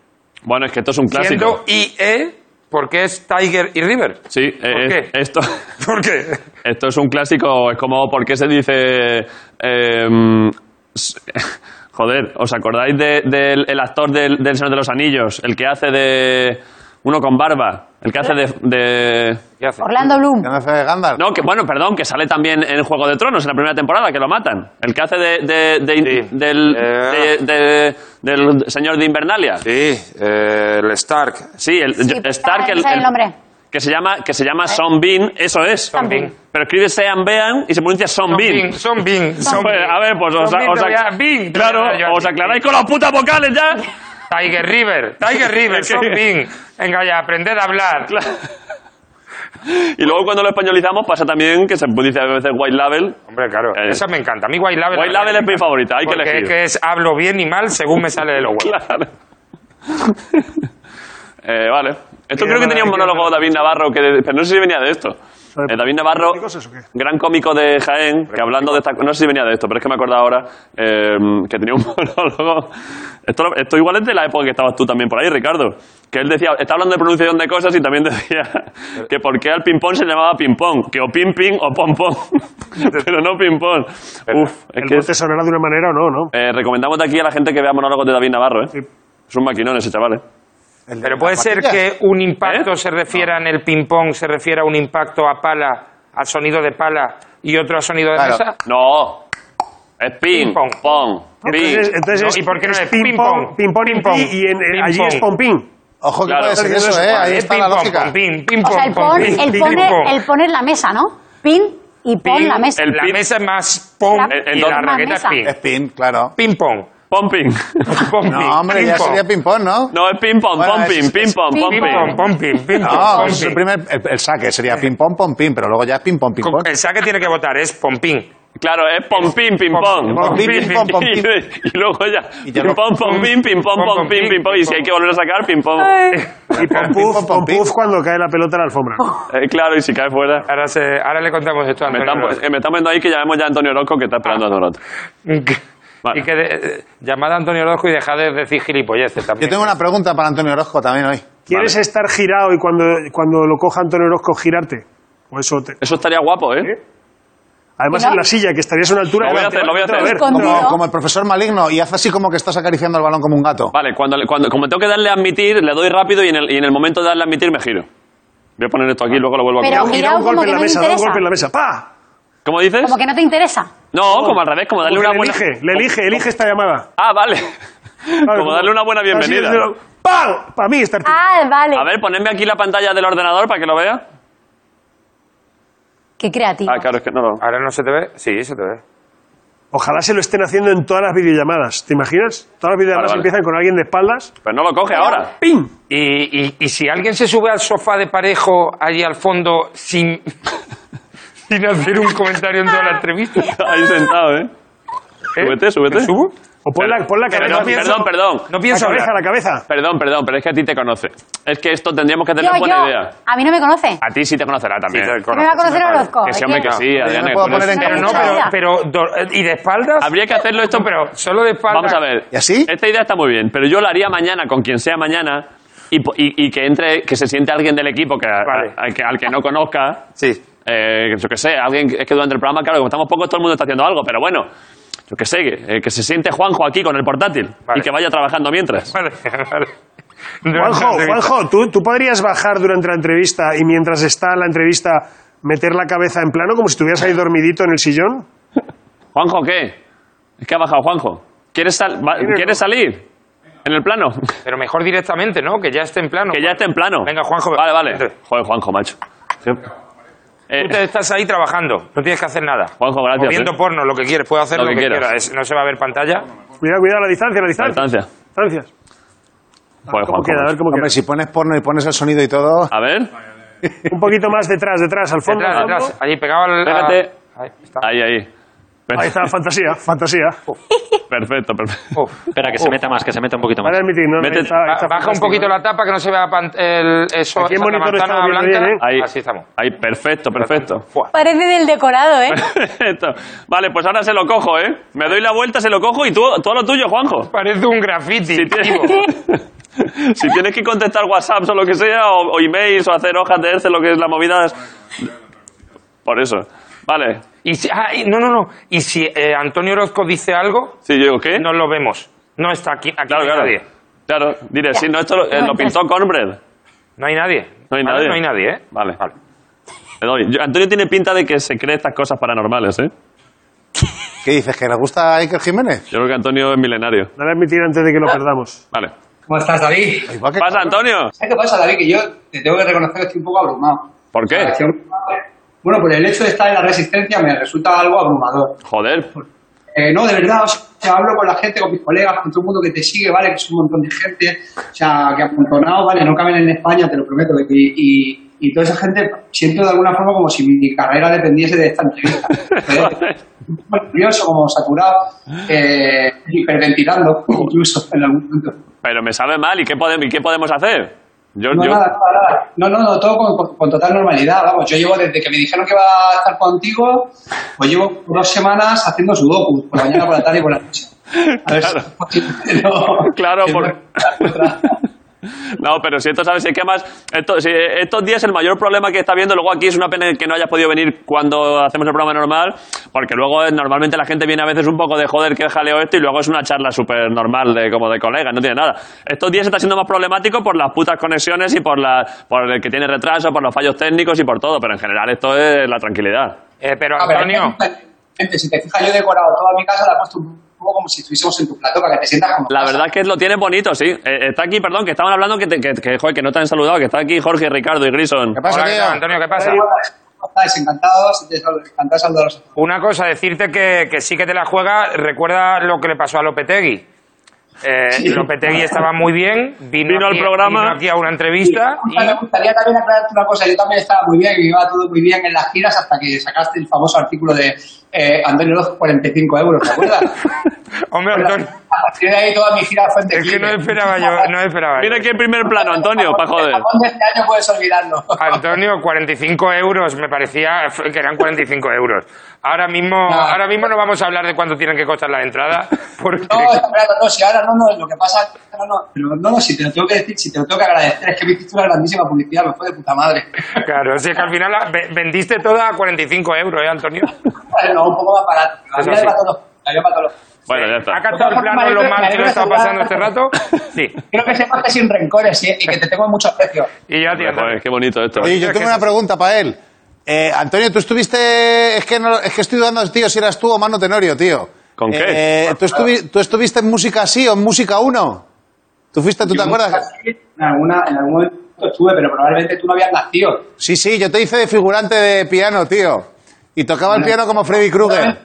[SPEAKER 2] Bueno, es que esto es un
[SPEAKER 5] Siendo
[SPEAKER 2] clásico.
[SPEAKER 5] IE, ¿por qué es Tiger y River?
[SPEAKER 2] Sí, eh,
[SPEAKER 5] ¿Por
[SPEAKER 2] es-
[SPEAKER 5] qué?
[SPEAKER 2] esto,
[SPEAKER 5] ¿Por qué?
[SPEAKER 2] esto es un clásico. Es como, ¿por qué se dice. em, s- joder, ¿os acordáis de- del el actor del, del Señor de los Anillos? El que hace de. Uno con barba. El que hace de- de
[SPEAKER 5] ¿Qué hace?
[SPEAKER 3] Orlando Bloom.
[SPEAKER 4] ¿Qué no hace Gandalf?
[SPEAKER 2] No, que bueno, perdón, que sale también en Juego de Tronos, en la primera temporada, que lo matan. El que hace de, de- de-
[SPEAKER 5] Sí.
[SPEAKER 2] del,
[SPEAKER 5] Eh.
[SPEAKER 2] de- de- del señor de Invernalia. Sí,
[SPEAKER 5] Sí, eh, el Stark.
[SPEAKER 2] el
[SPEAKER 3] Sí,
[SPEAKER 2] yo- Stark,
[SPEAKER 3] para que
[SPEAKER 2] el,
[SPEAKER 3] sea el nombre.
[SPEAKER 2] que se llama, que se llama Son Bean, eso es.
[SPEAKER 5] Son Bean.
[SPEAKER 2] Pero escribe Sean Bean y se pronuncia Son Bean.
[SPEAKER 5] Son Bing. Son
[SPEAKER 2] Pues,
[SPEAKER 5] Bean.
[SPEAKER 2] a ver, pues os,
[SPEAKER 5] Son Bean
[SPEAKER 2] os-
[SPEAKER 5] te voy a- Bean, te voy a dar yo a
[SPEAKER 2] claro, os
[SPEAKER 5] ti.
[SPEAKER 2] aclaráis con las putas vocales ya.
[SPEAKER 5] Tiger River, Tiger River, Son Bing. Venga ya, aprended a hablar.
[SPEAKER 2] Y luego cuando lo españolizamos pasa también que se dice a veces White Label.
[SPEAKER 5] Hombre, claro.
[SPEAKER 2] Eh,
[SPEAKER 5] Esa me encanta. A mí White Label...
[SPEAKER 2] White Label es mi favorita, hay que
[SPEAKER 5] Porque
[SPEAKER 2] elegir.
[SPEAKER 5] es que es hablo bien y mal según me sale de los huevos.
[SPEAKER 2] Claro. Eh, vale. Esto
[SPEAKER 6] Que
[SPEAKER 2] creo que
[SPEAKER 6] no,
[SPEAKER 2] tenía un
[SPEAKER 6] que
[SPEAKER 2] monólogo
[SPEAKER 6] no.
[SPEAKER 2] David Navarro, que de- pero no sé si venía de esto.
[SPEAKER 6] ¿Sobre
[SPEAKER 2] Eh, David Navarro,
[SPEAKER 6] cosas o qué?
[SPEAKER 2] gran cómico de Jaén, que hablando de esta... No sé si venía de esto, pero es que me acuerdo ahora eh, que tenía un monólogo... Esto, lo- esto igual es de la época que estabas tú también por ahí, Ricardo. Que él decía, está hablando de pronunciación de cosas y también decía que por qué al ping-pong se llamaba ping-pong, que o ping-ping o pom-pom, pero no ping-pong. Uf, es
[SPEAKER 6] El
[SPEAKER 2] que
[SPEAKER 6] bote sonará de una manera o no, ¿no?
[SPEAKER 2] eh, recomendamos de aquí a la gente que vea monólogos de David Navarro, ¿eh?
[SPEAKER 6] Sí.
[SPEAKER 2] Es un maquinón ese chaval, ¿eh?
[SPEAKER 4] El de
[SPEAKER 5] Pero
[SPEAKER 4] las
[SPEAKER 5] puede ser
[SPEAKER 4] zapatillas.
[SPEAKER 5] que un impacto
[SPEAKER 2] ¿Eh?
[SPEAKER 5] se refiera en el ping-pong, se refiera a un impacto a pala, a sonido de pala y otro a sonido de
[SPEAKER 4] Claro.
[SPEAKER 5] mesa.
[SPEAKER 2] No. Es ping,
[SPEAKER 5] Ping pong.
[SPEAKER 2] pong, ping.
[SPEAKER 6] Entonces, entonces
[SPEAKER 5] No,
[SPEAKER 6] es,
[SPEAKER 5] ¿y por qué no
[SPEAKER 6] es
[SPEAKER 5] es
[SPEAKER 6] ping-pong,
[SPEAKER 5] ping-pong?
[SPEAKER 6] ping-pong y
[SPEAKER 5] Ping-pong.
[SPEAKER 6] pi, y en- eh, allí
[SPEAKER 5] Ping-pong.
[SPEAKER 6] es pompín.
[SPEAKER 4] Ojo que
[SPEAKER 2] Claro,
[SPEAKER 4] puede ser
[SPEAKER 2] sí,
[SPEAKER 4] eso,
[SPEAKER 2] eso
[SPEAKER 4] ¿eh?
[SPEAKER 2] es-
[SPEAKER 4] Ahí
[SPEAKER 5] Es
[SPEAKER 4] está la
[SPEAKER 5] ping-pong,
[SPEAKER 4] lógica.
[SPEAKER 5] pon, ping, ping,
[SPEAKER 8] O sea,
[SPEAKER 5] pon,
[SPEAKER 8] el
[SPEAKER 5] pon,
[SPEAKER 8] pon,
[SPEAKER 5] ping,
[SPEAKER 8] el
[SPEAKER 5] ping,
[SPEAKER 8] pon, es-
[SPEAKER 5] pong.
[SPEAKER 8] el pon es la mesa, ¿no? Pin y pon
[SPEAKER 5] Ping,
[SPEAKER 8] la mesa.
[SPEAKER 2] el
[SPEAKER 5] la
[SPEAKER 2] pin-
[SPEAKER 5] mesa es más pon
[SPEAKER 8] La-
[SPEAKER 2] el- el
[SPEAKER 5] y
[SPEAKER 2] don-
[SPEAKER 5] la raqueta
[SPEAKER 8] mesa.
[SPEAKER 5] es ping.
[SPEAKER 4] Es pin, claro.
[SPEAKER 5] Ping pong.
[SPEAKER 2] Pom ping.
[SPEAKER 5] Pon, ping,
[SPEAKER 4] No, hombre,
[SPEAKER 5] ping
[SPEAKER 4] ya
[SPEAKER 5] pong.
[SPEAKER 4] sería ping-pong, ¿no?
[SPEAKER 2] No, es ping pong,
[SPEAKER 4] Bueno,
[SPEAKER 2] pom
[SPEAKER 4] es-
[SPEAKER 2] ping,
[SPEAKER 4] es-
[SPEAKER 2] ping pong,
[SPEAKER 8] ping
[SPEAKER 2] pom
[SPEAKER 5] Ping pong,
[SPEAKER 2] ping.
[SPEAKER 5] pon, ping, ping pong,
[SPEAKER 4] No,
[SPEAKER 5] pon,
[SPEAKER 4] es el,
[SPEAKER 5] ping.
[SPEAKER 4] primer, el, el saque sería ping-pong, pom-pin, pero luego ya es ping-pong, ping-pong.
[SPEAKER 5] Con- El saque tiene que votar, es pompín.
[SPEAKER 2] Claro, es pom ping, ping pong.
[SPEAKER 4] Pom, ping, ping, pong, pong,
[SPEAKER 2] Y-
[SPEAKER 4] ping.
[SPEAKER 2] Y luego ya.
[SPEAKER 4] Y ya
[SPEAKER 2] Ping
[SPEAKER 4] no.
[SPEAKER 2] pong, pom ping, ping pong,
[SPEAKER 5] Pom,
[SPEAKER 2] pom
[SPEAKER 5] pom,
[SPEAKER 2] ping,
[SPEAKER 5] ping,
[SPEAKER 2] ping pong. Y
[SPEAKER 5] ping,
[SPEAKER 2] si hay
[SPEAKER 5] pong.
[SPEAKER 2] que volver a sacar, ping pong.
[SPEAKER 6] Y pom-puff,
[SPEAKER 4] Ping-pong, pom-ping.
[SPEAKER 6] pom-puff cuando cae la pelota en la alfombra.
[SPEAKER 2] Eh, Claro, y si cae fuera.
[SPEAKER 5] Ahora, se, ahora le contamos esto a
[SPEAKER 2] Me
[SPEAKER 5] Antonio.
[SPEAKER 2] están, eh, me están poniendo ahí que llamemos ya a Antonio Orozco que está esperando a Dorot.
[SPEAKER 5] Que-
[SPEAKER 2] Vale.
[SPEAKER 5] Y que de- eh, llamad a Antonio Orozco y dejad de decir gilipolleces
[SPEAKER 4] Yo
[SPEAKER 5] también.
[SPEAKER 4] tengo una pregunta para Antonio Orozco también hoy.
[SPEAKER 6] ¿Quieres estar girado y cuando, cuando lo coja Antonio Orozco girarte? O eso te-
[SPEAKER 2] Eso estaría guapo, ¿eh?
[SPEAKER 6] Además
[SPEAKER 8] No.
[SPEAKER 6] en la silla, que estarías a una altura...
[SPEAKER 2] Lo voy a
[SPEAKER 6] delante,
[SPEAKER 2] hacer, lo voy a
[SPEAKER 6] delante,
[SPEAKER 2] hacer.
[SPEAKER 6] ver.
[SPEAKER 8] Con-
[SPEAKER 4] Como,
[SPEAKER 8] Conmigo.
[SPEAKER 4] como el profesor maligno y hace así como que estás acariciando el balón como un gato.
[SPEAKER 2] Vale, cuando, le- cuando, como tengo que darle a admitir, le doy rápido y en el, y en el momento de darle a admitir me giro. Voy a poner esto aquí y luego lo vuelvo a
[SPEAKER 8] Pero-
[SPEAKER 6] Da
[SPEAKER 2] coger.
[SPEAKER 6] un-
[SPEAKER 8] Girado
[SPEAKER 6] da un
[SPEAKER 8] como
[SPEAKER 6] golpe
[SPEAKER 8] que
[SPEAKER 6] en la
[SPEAKER 8] no me
[SPEAKER 6] mesa, da un
[SPEAKER 8] interesa.
[SPEAKER 6] golpe en la mesa. ¡Pa!
[SPEAKER 2] ¿Cómo dices?
[SPEAKER 8] Como que no te interesa.
[SPEAKER 2] No, como al revés, como darle
[SPEAKER 6] Porque
[SPEAKER 2] una
[SPEAKER 6] le
[SPEAKER 2] buena...
[SPEAKER 6] elige, le elige, elige esta llamada.
[SPEAKER 2] Ah, vale.
[SPEAKER 6] Claro,
[SPEAKER 2] Como darle una buena
[SPEAKER 6] así es,
[SPEAKER 2] bienvenida.
[SPEAKER 6] pero- ¡Pam! Para mí estar...
[SPEAKER 8] Ah, vale.
[SPEAKER 2] A ver, ponedme aquí la pantalla del ordenador para que lo vea.
[SPEAKER 8] Qué creativo.
[SPEAKER 2] Ah, claro, es que no lo...
[SPEAKER 5] Ahora no se te ve. Sí, se te ve.
[SPEAKER 6] Ojalá se lo estén haciendo en todas las videollamadas. ¿Te imaginas? Todas las videollamadas
[SPEAKER 2] Vale, vale.
[SPEAKER 6] empiezan con alguien de espaldas.
[SPEAKER 2] Pero pues no lo coge ahora.
[SPEAKER 6] ¡Pim!
[SPEAKER 5] Y, y, y si alguien se sube al sofá de parejo allí al fondo sin, sin hacer un comentario en toda la entrevista.
[SPEAKER 2] Ahí sentado, ¿eh?
[SPEAKER 5] ¿eh?
[SPEAKER 2] Súbete, súbete.
[SPEAKER 5] ¿Me subo?
[SPEAKER 6] O pon la, pon la
[SPEAKER 2] Pero
[SPEAKER 6] cabeza.
[SPEAKER 2] no, perdón, perdón.
[SPEAKER 5] No
[SPEAKER 6] La
[SPEAKER 5] pienso
[SPEAKER 6] cabeza,
[SPEAKER 5] hablar.
[SPEAKER 6] la cabeza.
[SPEAKER 2] Perdón, perdón, pero es que a ti te conoce. Es que esto tendríamos que tener
[SPEAKER 8] Yo,
[SPEAKER 2] buena
[SPEAKER 8] yo.
[SPEAKER 2] idea.
[SPEAKER 8] A mí no me conoce.
[SPEAKER 2] A ti sí te conocerá también.
[SPEAKER 5] Sí, te
[SPEAKER 8] ¿Que me va a conocer Orozco?
[SPEAKER 2] que sí,
[SPEAKER 8] ¿Es
[SPEAKER 2] hombre,
[SPEAKER 8] que?
[SPEAKER 2] que sí,
[SPEAKER 4] me
[SPEAKER 2] Adriana. que
[SPEAKER 4] puedo
[SPEAKER 2] conoce.
[SPEAKER 4] poner en
[SPEAKER 5] Pero no, pero, pero do- ¿Y de espaldas?
[SPEAKER 2] Habría que hacerlo esto,
[SPEAKER 5] No, pero solo de espaldas.
[SPEAKER 2] Vamos a ver.
[SPEAKER 4] ¿Y así?
[SPEAKER 2] Esta idea está muy bien, pero yo la haría mañana con quien sea mañana y, po- y- y que entre, que se siente alguien del equipo que, a-
[SPEAKER 5] Vale.
[SPEAKER 2] al, que al que no conozca.
[SPEAKER 4] Sí.
[SPEAKER 2] eh, yo qué sé, alguien es que durante el programa, claro, como estamos pocos, todo el mundo está haciendo algo, pero bueno, yo qué sé, que, eh, que se siente Juanjo aquí con el portátil
[SPEAKER 5] Vale.
[SPEAKER 2] y que vaya trabajando mientras.
[SPEAKER 5] Vale, vale.
[SPEAKER 6] Juanjo, Juanjo, ¿tú, tú podrías bajar durante la entrevista y mientras está la entrevista meter la cabeza en plano como si estuvieras ahí dormidito en el sillón.
[SPEAKER 2] ¿Juanjo qué? Es que ha bajado Juanjo. ¿Quieres, sal- va- ¿quieres salir? ¿En el plano?
[SPEAKER 5] Pero mejor directamente, ¿no? Que ya esté en plano.
[SPEAKER 2] que ya esté en plano.
[SPEAKER 5] Venga, Juanjo.
[SPEAKER 2] Vale, vale.
[SPEAKER 5] Vente.
[SPEAKER 2] Joder, Juanjo, macho. Sí. Eh,
[SPEAKER 5] Tú te estás ahí trabajando, no tienes que hacer nada.
[SPEAKER 2] Juanjo, gracias,
[SPEAKER 5] O viendo
[SPEAKER 2] eh.
[SPEAKER 5] porno, lo que quieres, puedes hacer lo, que, quieras. Es- no se va a ver pantalla.
[SPEAKER 6] Cuidado, cuidado, la distancia, la
[SPEAKER 2] la
[SPEAKER 6] distancia.
[SPEAKER 2] distancia.
[SPEAKER 6] Distancias.
[SPEAKER 2] Joder,
[SPEAKER 6] ¿Cómo
[SPEAKER 2] Juanjo.
[SPEAKER 6] queda? A ver
[SPEAKER 2] macho.
[SPEAKER 6] cómo
[SPEAKER 4] Hombre,
[SPEAKER 6] queda.
[SPEAKER 4] si pones porno y pones el sonido y todo.
[SPEAKER 2] A ver.
[SPEAKER 6] Un poquito más detrás, detrás, al fondo.
[SPEAKER 5] Detrás,
[SPEAKER 6] al fondo.
[SPEAKER 5] detrás. Allí pegaba al.
[SPEAKER 2] Pégate.
[SPEAKER 5] Ahí está.
[SPEAKER 2] Ahí, ahí. Per-
[SPEAKER 6] Ahí está, fantasía, fantasía.
[SPEAKER 2] Perfecto, perfecto.
[SPEAKER 5] Uf.
[SPEAKER 9] Espera, que
[SPEAKER 5] Uf.
[SPEAKER 9] se meta más, que se meta un poquito más.
[SPEAKER 6] Vale, admitir, no, no,
[SPEAKER 2] Vete-
[SPEAKER 6] está- está
[SPEAKER 5] Ba- Baja un
[SPEAKER 6] fantástico.
[SPEAKER 5] poquito la tapa que no se vea pan- el, eso,
[SPEAKER 6] Aquí en
[SPEAKER 5] esa
[SPEAKER 6] monitor
[SPEAKER 5] manzana
[SPEAKER 6] estamos viendo
[SPEAKER 5] blanca.
[SPEAKER 6] bien, ¿eh?
[SPEAKER 2] Ahí.
[SPEAKER 5] Así estamos.
[SPEAKER 2] Ahí, perfecto, perfecto.
[SPEAKER 5] Buah.
[SPEAKER 8] Parece del decorado, ¿eh?
[SPEAKER 2] Perfecto. Vale, pues ahora se lo cojo, ¿eh? Me doy la vuelta, se lo cojo y tú, tú a lo tuyo, Juanjo.
[SPEAKER 5] Parece un graffiti.
[SPEAKER 2] Si
[SPEAKER 5] tío.
[SPEAKER 2] tienes, si tienes que contestar WhatsApp o lo que sea, o, o emails, o hacer hojas de Excel, lo que es la movida. es- Por eso. Vale.
[SPEAKER 5] Y si- ah, y- no, no, no. Y si eh, Antonio Orozco dice algo,
[SPEAKER 2] Sí, yo digo, ¿qué?
[SPEAKER 5] no lo vemos. No está aquí, aquí
[SPEAKER 2] ¿Eh? claro,
[SPEAKER 5] no hay
[SPEAKER 2] claro.
[SPEAKER 5] nadie.
[SPEAKER 2] Claro, diré, sí, no, esto lo, eh, lo pintó Cornbread.
[SPEAKER 5] No hay nadie.
[SPEAKER 2] No
[SPEAKER 5] Vale,
[SPEAKER 2] hay nadie.
[SPEAKER 5] No hay nadie, ¿eh?
[SPEAKER 2] Vale. Le doy. Yo- Antonio tiene pinta de que se cree estas cosas paranormales, ¿eh?
[SPEAKER 4] ¿Qué dices? ¿Que le gusta a Iker Jiménez?
[SPEAKER 2] Yo creo que Antonio es milenario.
[SPEAKER 6] Dale a admitir antes de que lo perdamos.
[SPEAKER 2] Vale.
[SPEAKER 10] ¿Cómo estás, David?
[SPEAKER 4] Ah, Igual que-
[SPEAKER 2] ¿Pasa, Antonio?
[SPEAKER 10] ¿Sabes qué pasa, David? Que yo te tengo que reconocer que estoy un poco abrumado.
[SPEAKER 2] ¿Por qué?
[SPEAKER 10] O sea, estoy abrumado. Bueno, por el hecho de estar en la resistencia me resulta algo abrumador.
[SPEAKER 2] Joder.
[SPEAKER 10] Eh, no, de verdad, o sea, hablo con la gente, con mis colegas, con todo el mundo que te sigue, ¿vale? Que es un montón de gente, o sea, que amontonado, ¿vale? No caben en España, te lo prometo. Y, y, y toda esa gente, siento de alguna forma como si mi carrera dependiese de esta entrevista.
[SPEAKER 2] Joder.
[SPEAKER 10] Eh, un poco nervioso, como saturado, eh, hiperventilando incluso en algún punto.
[SPEAKER 2] Pero me sabe mal. ¿Y qué, podemos, y qué podemos hacer? Yo,
[SPEAKER 10] No,
[SPEAKER 2] yo-
[SPEAKER 10] nada, nada, nada. No, no, no, todo con, con- con total normalidad, vamos. Yo llevo desde que me dijeron que iba a estar contigo, pues llevo dos semanas haciendo sudoku, por la mañana, por la tarde y por la noche. A ver si es posible, ¿no?
[SPEAKER 2] Claro,
[SPEAKER 10] Que
[SPEAKER 2] por-
[SPEAKER 10] no- otra.
[SPEAKER 2] No, pero si esto, ¿sabes? Si es que más, esto- si estos días el mayor problema que está viendo, luego aquí es una pena que no hayas podido venir cuando hacemos el programa normal, porque luego eh, normalmente la gente viene a veces un poco de joder que jaleo esto y luego es una charla súper normal de, como de colegas, no tiene nada. Estos días está siendo más problemático por las putas conexiones y por, la, por el que tiene retraso, por los fallos técnicos y por todo, pero en general esto es la tranquilidad.
[SPEAKER 5] Eh, pero
[SPEAKER 10] A ver,
[SPEAKER 5] Antonio,
[SPEAKER 10] gente, si te fijas, yo he decorado toda mi casa, la he puesto un poco como si estuviésemos en tu plato para que te sientas como. en
[SPEAKER 2] La
[SPEAKER 10] casa.
[SPEAKER 2] verdad es que lo tiene bonito, sí. Eh, está aquí, perdón, que estaban hablando que, te- que, que, joder, que no te han saludado, que está aquí Jorge, Ricardo y Grison.
[SPEAKER 4] ¿Qué pasa,
[SPEAKER 5] Hola, ¿qué tal,
[SPEAKER 4] tío?
[SPEAKER 5] Antonio, ¿qué pasa?
[SPEAKER 10] ¿Cómo estáis? Encantados, encantados saludaros.
[SPEAKER 5] Una cosa, decirte que, que sí que te la juega, recuerda lo que le pasó a Lopetegui. Eh, Lopetegui estaba muy bien, vino,
[SPEAKER 2] Vino al
[SPEAKER 5] aquí-
[SPEAKER 2] programa.
[SPEAKER 5] vino aquí a una entrevista y
[SPEAKER 10] Me gustaría también aclararte una cosa. Yo también estaba muy bien, que iba todo muy bien en las giras hasta que sacaste el famoso artículo de eh, Antonio Loz 45 euros, ¿te acuerdas?
[SPEAKER 5] Hombre, Antonio,
[SPEAKER 10] A partir de ahí toda mi gira fue en
[SPEAKER 5] es que no esperaba yo, no esperaba. yo.
[SPEAKER 2] Mira aquí en primer plano, Antonio, para joder.
[SPEAKER 10] ¿Dónde este año puedes olvidarlo?
[SPEAKER 5] Antonio, 45 euros, me parecía que eran 45 euros. Ahora mismo,
[SPEAKER 10] No.
[SPEAKER 5] ahora mismo no vamos a hablar de cuánto tienen que costar las entradas, porque
[SPEAKER 10] No, está claro, no, si ahora no, no, lo que pasa no, no, pero no, no, si te lo tengo que decir, si te lo tengo que agradecer, es que me hiciste una grandísima publicidad, me fue de puta madre.
[SPEAKER 5] claro, si es que al final la- ve- vendiste toda a 45 euros, ¿eh, Antonio?
[SPEAKER 10] Bueno, un poco más barato, pero
[SPEAKER 5] Eso
[SPEAKER 10] había
[SPEAKER 5] sí.
[SPEAKER 10] de patología, había patología.
[SPEAKER 2] Bueno, ya
[SPEAKER 5] ¿Ha
[SPEAKER 2] está.
[SPEAKER 5] captado el plano lo mal que lo está pasando este rato? Sí.
[SPEAKER 10] Quiero que sepas que sin rencores y, y que te tengo muchos precios.
[SPEAKER 5] Y ya, tío,
[SPEAKER 2] Joder, qué bonito esto. eh.
[SPEAKER 4] Oye, yo tengo una pregunta para él. Eh, Antonio, tú estuviste. Es que, no- es que estoy dudando, tío, si eras tú o Mano Tenorio, tío.
[SPEAKER 2] ¿Con qué?
[SPEAKER 4] Eh, ¿tú, estuvi- ¿Tú estuviste en música sí o en música 1? ¿Tú fuiste, tú te acuerdas?
[SPEAKER 10] En, alguna, en algún momento estuve, pero probablemente tú no habías nacido.
[SPEAKER 4] Sí, sí, yo te hice de figurante de piano, tío. Y tocaba el piano como Freddy Krueger.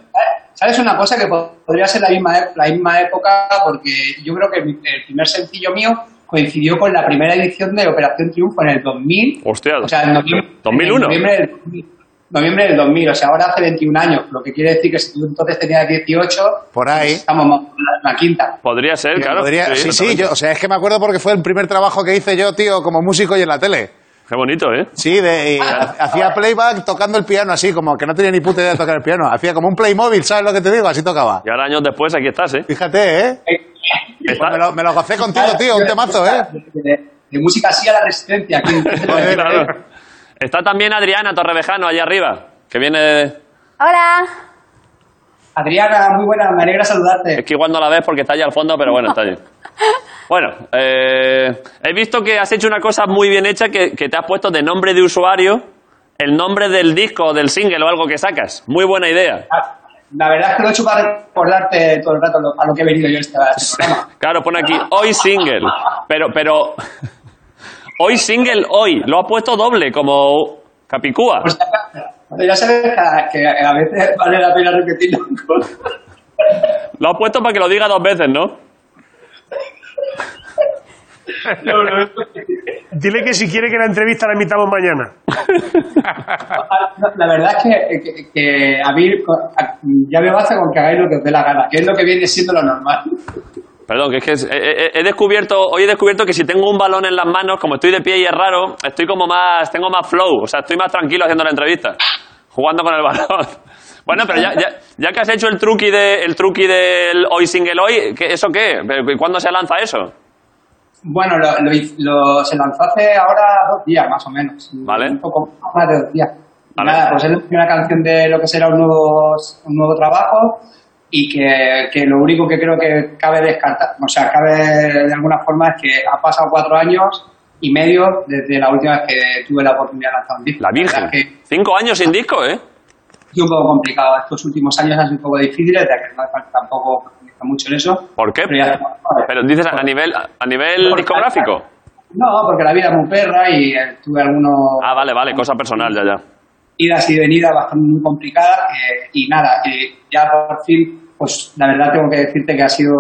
[SPEAKER 10] ¿Sabes una cosa que po- podría ser la misma, e- la misma época? Porque yo creo que mi- el primer sencillo mío coincidió con la primera edición de Operación Triunfo en el 2000.
[SPEAKER 2] Hostia.
[SPEAKER 10] O sea, en noviembre,
[SPEAKER 2] 2001.
[SPEAKER 10] en noviembre, del, 2000, noviembre del 2000, o sea, ahora hace 21 años. Lo que quiere decir que si tú entonces tenías 18,
[SPEAKER 4] Por ahí.
[SPEAKER 10] estamos en la, la quinta.
[SPEAKER 2] Podría ser, claro.
[SPEAKER 4] Podría- sí, sí,
[SPEAKER 2] totalmente.
[SPEAKER 4] yo, o sea, es que me acuerdo porque fue el primer trabajo que hice yo, tío, como músico y en la tele.
[SPEAKER 2] Qué bonito, ¿eh?
[SPEAKER 4] Sí, de, y ha- hacía playback tocando el piano así, como que no tenía ni puta idea de tocar el piano. Hacía como un Playmobil, ¿sabes lo que te digo? Así tocaba.
[SPEAKER 2] Y ahora años después aquí estás, ¿eh?
[SPEAKER 4] Fíjate, ¿eh? Pues
[SPEAKER 2] Está-
[SPEAKER 4] Me lo, me lo gocé contigo, tío, un temazo, ¿eh?
[SPEAKER 10] De, de- de música así a la resistencia. Aquí.
[SPEAKER 4] Joder,
[SPEAKER 2] claro.
[SPEAKER 4] eh.
[SPEAKER 2] Está también Adriana Torrevejano allá arriba, que viene...
[SPEAKER 8] Hola.
[SPEAKER 10] Adriana, muy buena, me alegra saludarte.
[SPEAKER 4] Eh.
[SPEAKER 2] Es que igual no la ves porque está allá al fondo, pero bueno, está allí. Bueno, eh, he visto que has hecho una cosa muy bien hecha, que, que te has puesto de nombre de usuario el nombre del disco o del single o algo que sacas. Muy buena idea.
[SPEAKER 10] Ah, La verdad es que lo he hecho para recordarte todo el rato lo- a lo que he venido yo a este a este programa.
[SPEAKER 2] Claro, pone aquí hoy single. Pero, pero. Hoy single, hoy. Lo ha puesto doble, como Capicúa.
[SPEAKER 10] Pues, bueno, ya sabes que, que a veces vale la pena repetirlo.
[SPEAKER 2] Lo ha puesto para que lo diga dos veces, ¿no?
[SPEAKER 10] No, no,
[SPEAKER 6] Dile que si quiere que la entrevista la invitamos mañana.
[SPEAKER 10] no, La verdad es Eh, que, que- que a mí con- a- ya me basta con que hagáis lo que os dé la gana, que es lo que viene siendo lo normal.
[SPEAKER 2] Perdón, que es que es- he, he- he descubierto, hoy he descubierto que si tengo un balón en las manos, como estoy de pie y es raro, estoy como más, tengo más flow, o sea, estoy más tranquilo haciendo la entrevista, jugando con el balón. Bueno, pero ya, ya, ya que has hecho el truqui, de, el truqui del hoy single hoy, ¿qué- ¿eso qué? ¿Pero ¿Cuándo se lanza eso?
[SPEAKER 10] Bueno, lo, lo hiz- lo- se lanzó hace ahora dos días, más o menos.
[SPEAKER 2] Vale.
[SPEAKER 10] Un poco más de dos días.
[SPEAKER 2] Vale.
[SPEAKER 10] Nada, pues es la primera canción de lo que será un nuevo, un nuevo trabajo y que, que lo único que creo que cabe descartar, o sea, cabe de alguna forma es que ha pasado cuatro años y medio desde la última vez que tuve la oportunidad de lanzar un disco.
[SPEAKER 2] La
[SPEAKER 10] verdad
[SPEAKER 2] Virgen.
[SPEAKER 10] es que
[SPEAKER 2] Cinco años sin disco, ¿eh?
[SPEAKER 10] es un poco complicado. Estos últimos años han sido un poco difíciles, ya que no hace falta tampoco profundizar mucho en eso.
[SPEAKER 2] ¿Por qué?
[SPEAKER 10] Pero ya-
[SPEAKER 2] Pero dices a a nivel, a nivel discográfico.
[SPEAKER 10] No, porque la vida es muy perra y eh, tuve algunos
[SPEAKER 2] Ah, vale, vale, cosa personal, ya, ya.
[SPEAKER 10] idas y venidas bastante muy complicadas eh, y nada, eh, ya por fin, pues la verdad tengo que decirte que ha sido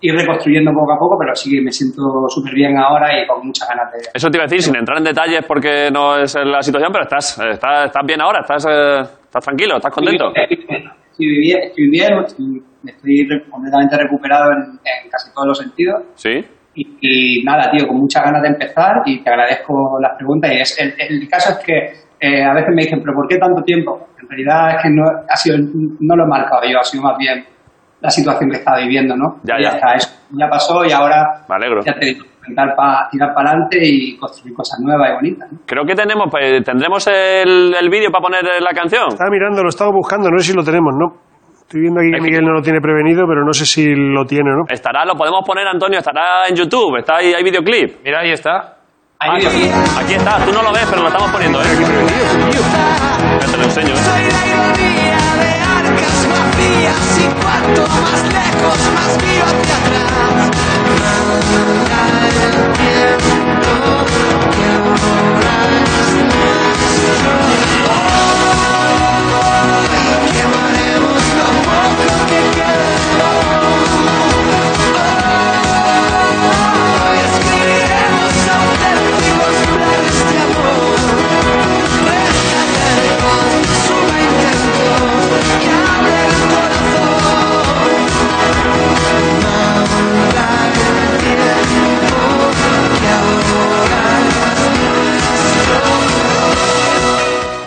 [SPEAKER 10] ir reconstruyendo poco a poco, pero sí que me siento súper bien ahora y con muchas ganas de...
[SPEAKER 2] Eso te iba a decir, sin entrar en detalles porque no es la situación, pero estás, eh, estás, estás bien ahora, estás, eh, estás tranquilo, estás contento.
[SPEAKER 10] Estoy bien, estoy bien, estoy, estoy re- completamente recuperado en, en casi todos los sentidos
[SPEAKER 2] Sí.
[SPEAKER 10] Y, y nada, tío, con muchas ganas de empezar y te agradezco las preguntas. Y es, el, el caso es que eh, a veces me dicen, pero ¿por qué tanto tiempo? En realidad es que no, ha sido, no lo he marcado yo, ha sido más bien la situación que estaba viviendo, ¿no?
[SPEAKER 2] Ya,
[SPEAKER 10] Y
[SPEAKER 2] ya.
[SPEAKER 10] está, eso ya pasó y ahora
[SPEAKER 2] Me alegro.
[SPEAKER 10] ya te digo, intentar pa- tirar para adelante y construir cosas nuevas y bonitas. ¿no?
[SPEAKER 2] Creo que tenemos, pues, tendremos el, el vídeo para poner eh, la canción.
[SPEAKER 6] Estaba mirando, lo estaba buscando, no sé si lo tenemos, ¿no? Estoy viendo aquí que
[SPEAKER 2] Es que-
[SPEAKER 6] Miguel no lo tiene prevenido, pero no sé si lo tiene, ¿no?
[SPEAKER 2] Estará, lo podemos poner, Antonio, estará en YouTube, está ahí, hay videoclip.
[SPEAKER 5] Mira, ahí está.
[SPEAKER 10] Ahí
[SPEAKER 2] Ah,
[SPEAKER 10] viene.
[SPEAKER 2] Aquí está, tú no lo ves, pero lo estamos poniendo, ¿eh? Ya te lo enseño, ¿eh?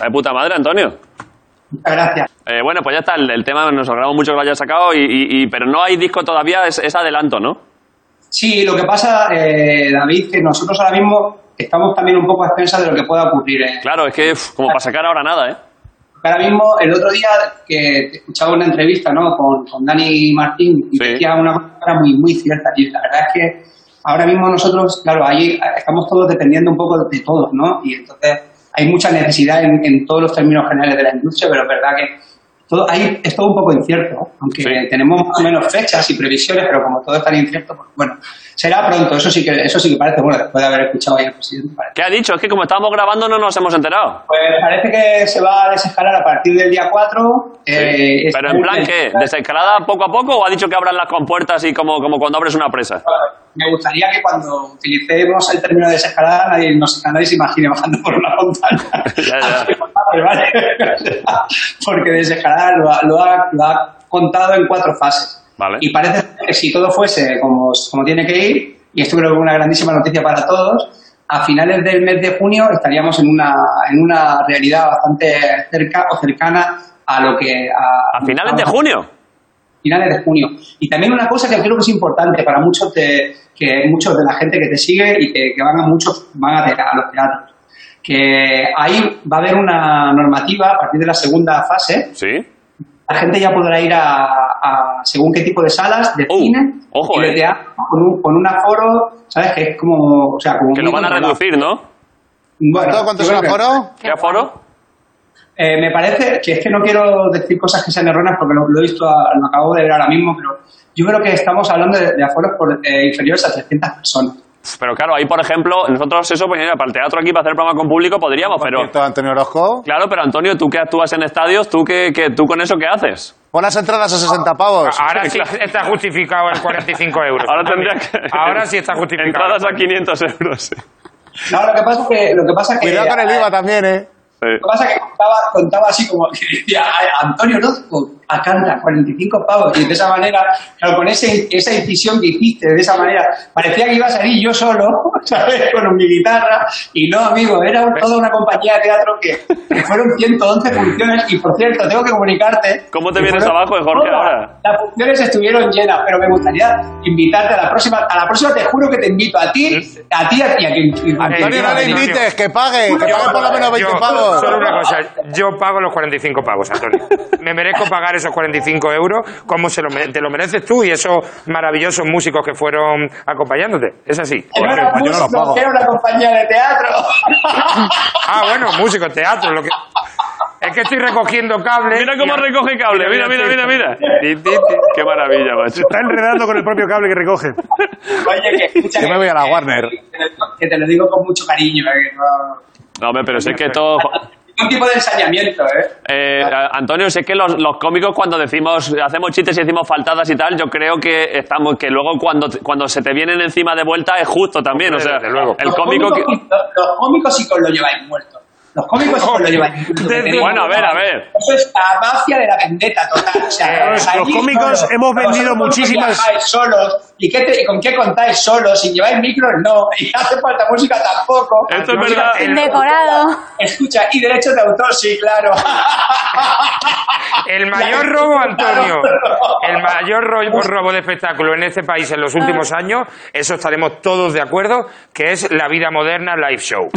[SPEAKER 2] De puta madre, Antonio.
[SPEAKER 10] Muchas gracias.
[SPEAKER 2] Eh, bueno, pues ya está, el, el tema nos agrada mucho que lo hayas sacado, y, y- y- pero no hay disco todavía, es, es adelanto, ¿no?
[SPEAKER 10] Sí, lo que pasa, eh, David, que nosotros ahora mismo estamos también un poco a expensas de lo que pueda ocurrir. ¿eh?
[SPEAKER 2] Claro, es que uf, como para sacar ahora nada, ¿eh?
[SPEAKER 10] Ahora mismo, el otro día que te escuchaba una entrevista ¿no? con, con Dani Martín, y
[SPEAKER 2] Sí.
[SPEAKER 10] decía una cosa muy, muy cierta, y la verdad es que ahora mismo nosotros, claro, ahí estamos todos dependiendo un poco de todos, ¿no? Y entonces hay mucha necesidad en, en todos los términos generales de la industria, pero es verdad que todo, ahí es todo un poco incierto, aunque
[SPEAKER 2] Sí.
[SPEAKER 10] tenemos más o menos fechas y previsiones, pero como todo es tan incierto, pues bueno, será pronto, eso sí que, eso sí que parece, bueno, después de haber escuchado ahí al presidente, parece.
[SPEAKER 2] ¿Qué ha dicho? Es que como estábamos grabando no nos hemos enterado.
[SPEAKER 10] Pues parece que se va a desescalar a partir del día 4. eh,
[SPEAKER 2] Sí. Pero en
[SPEAKER 10] está-
[SPEAKER 2] plan, ¿qué? ¿Desescalada poco a poco o ha dicho que abran las compuertas y como, como cuando abres una presa?
[SPEAKER 10] Me gustaría que cuando utilicemos el término desescalada nadie, nos, nadie se imagine bajando por una montaña.
[SPEAKER 2] Ya, ya.
[SPEAKER 10] Vale, vale. Porque desescalada lo ha, lo, ha, lo ha contado en cuatro fases.
[SPEAKER 2] Vale.
[SPEAKER 10] Y parece que si todo fuese como, como tiene que ir, y esto creo que es una grandísima noticia para todos, a finales del mes de junio estaríamos en una, en una realidad bastante cerca o cercana a lo que...
[SPEAKER 2] ¿A finales de
[SPEAKER 10] a-
[SPEAKER 2] junio?
[SPEAKER 10] finales de junio. Y también una cosa que creo que es importante para muchos de, que muchos de la gente que te sigue y que, que van a muchos van a, te- a los teatros. Que ahí va a haber una normativa a partir de la segunda fase.
[SPEAKER 2] Sí.
[SPEAKER 10] La gente ya podrá ir a, a según qué tipo de salas, de
[SPEAKER 2] Uh,
[SPEAKER 10] cine,
[SPEAKER 2] ojo,
[SPEAKER 10] y de
[SPEAKER 2] eh.
[SPEAKER 10] teatro, con un, con un aforo, ¿sabes? Que es como. O sea, como
[SPEAKER 2] Que
[SPEAKER 10] muy
[SPEAKER 2] lo van a
[SPEAKER 10] controlado.
[SPEAKER 2] reducir, ¿no?
[SPEAKER 10] Bueno,
[SPEAKER 4] ¿Cuánto, cuánto
[SPEAKER 10] yo
[SPEAKER 4] es
[SPEAKER 10] creo
[SPEAKER 4] el
[SPEAKER 10] que-
[SPEAKER 4] aforo?
[SPEAKER 2] ¿Qué aforo?
[SPEAKER 10] eh, me parece que es que no quiero decir cosas que sean erróneas porque lo, lo he visto, a- lo acabo de ver ahora mismo, pero yo creo que estamos hablando de, de aforos por, eh, inferiores a 300 personas.
[SPEAKER 2] Pero claro, ahí por ejemplo, nosotros eso, pues mira, para el teatro aquí, para hacer programa con público, podríamos, pero...
[SPEAKER 4] Concierto de Antonio Orozco.
[SPEAKER 2] Claro, pero Antonio, tú que actúas en estadios, ¿tú, que, tú con eso qué haces?
[SPEAKER 4] Pon las entradas a 60 pavos.
[SPEAKER 5] Ahora sí está justificado el 45 euros.
[SPEAKER 2] Ahora tendría que...
[SPEAKER 5] Ahora sí está justificado.
[SPEAKER 2] Entradas a 500 euros.
[SPEAKER 10] No, lo que pasa es que... Lo que pasa es que
[SPEAKER 4] Cuidado con el IVA también, ¿eh?
[SPEAKER 10] Lo que pasa es que contaba, contaba así como que decía "Ay, Antonio Orozco, a Canta, 45 pavos. Y de esa manera, claro, con ese, esa incisión que hiciste, de esa manera, parecía que iba a salir yo solo, ¿sabes? Con mi guitarra. Y no, amigo, era un- toda una compañía de teatro que, que fueron 111 funciones. Y por cierto, tengo que comunicarte.
[SPEAKER 2] ¿Cómo te
[SPEAKER 10] que
[SPEAKER 2] vienes
[SPEAKER 10] fueron
[SPEAKER 2] abajo, Jorge,
[SPEAKER 10] todas.
[SPEAKER 2] ahora?
[SPEAKER 10] Las funciones estuvieron llenas, pero me gustaría invitarte a la próxima. A la próxima te juro que te invito a ti, a ti y a quien. y a quien
[SPEAKER 4] Antonio,
[SPEAKER 10] quiera
[SPEAKER 4] no le
[SPEAKER 10] venir.
[SPEAKER 4] invites, que pague, que pague por lo menos 20
[SPEAKER 5] eh, Yo-
[SPEAKER 4] pavos.
[SPEAKER 5] Solo una cosa, yo pago los 45 pavos, Antonio. Me merezco pagar esos 45 euros como se lo mere- te lo mereces tú y esos maravillosos músicos que fueron acompañándote. Es así.
[SPEAKER 10] no era
[SPEAKER 4] yo no lo
[SPEAKER 10] músico,
[SPEAKER 4] pago.
[SPEAKER 10] que era una compañía de teatro.
[SPEAKER 5] Ah, bueno, músicos, teatro, lo que... Es que estoy recogiendo cables.
[SPEAKER 2] Mira cómo
[SPEAKER 5] y-
[SPEAKER 2] recoge cable, mira, mira, mira, mira. Ti, ti, ti. Qué maravilla, macho.
[SPEAKER 6] Está enredando con el propio cable que recoge.
[SPEAKER 10] Oye, que escucha
[SPEAKER 4] Yo me
[SPEAKER 10] que-
[SPEAKER 4] voy a la
[SPEAKER 10] que-
[SPEAKER 4] Warner.
[SPEAKER 10] Que te lo digo con mucho cariño. eh, que no-
[SPEAKER 2] No, hombre, pero sé que todo...
[SPEAKER 10] Un tipo de ensañamiento, ¿eh?
[SPEAKER 2] Eh, a- Antonio, sé que los, los cómicos cuando decimos, hacemos chistes y decimos faltadas y tal, yo creo que estamos, que luego cuando, te- cuando se te vienen encima de vuelta es justo también, o sea,
[SPEAKER 5] desde luego.
[SPEAKER 2] el cómico que...
[SPEAKER 10] Los, los cómicos sí que os lo lleváis muerto. Los cómicos sí que os lo lleváis muerto. que
[SPEAKER 5] Desde-
[SPEAKER 10] tenéis-
[SPEAKER 2] bueno, a ver, a ver.
[SPEAKER 10] Eso es la mafia de la vendetta total. o sea,
[SPEAKER 6] Los- los
[SPEAKER 10] allí
[SPEAKER 6] cómicos hemos vendido
[SPEAKER 10] Vosotros
[SPEAKER 6] muchísimas-
[SPEAKER 10] viajáis solos, ¿y, qué te- y con qué contáis solo? Si lleváis micro, no. Y no hace falta música tampoco.
[SPEAKER 2] Esto es
[SPEAKER 10] Música
[SPEAKER 2] verdad.
[SPEAKER 10] tengo.
[SPEAKER 8] Decorado.
[SPEAKER 10] Escucha, y derechos de autor, sí, claro.
[SPEAKER 5] El mayor robo, Antonio, el mayor ro- robo de espectáculo en este país en los últimos años, eso estaremos todos de acuerdo, que es la vida moderna live show.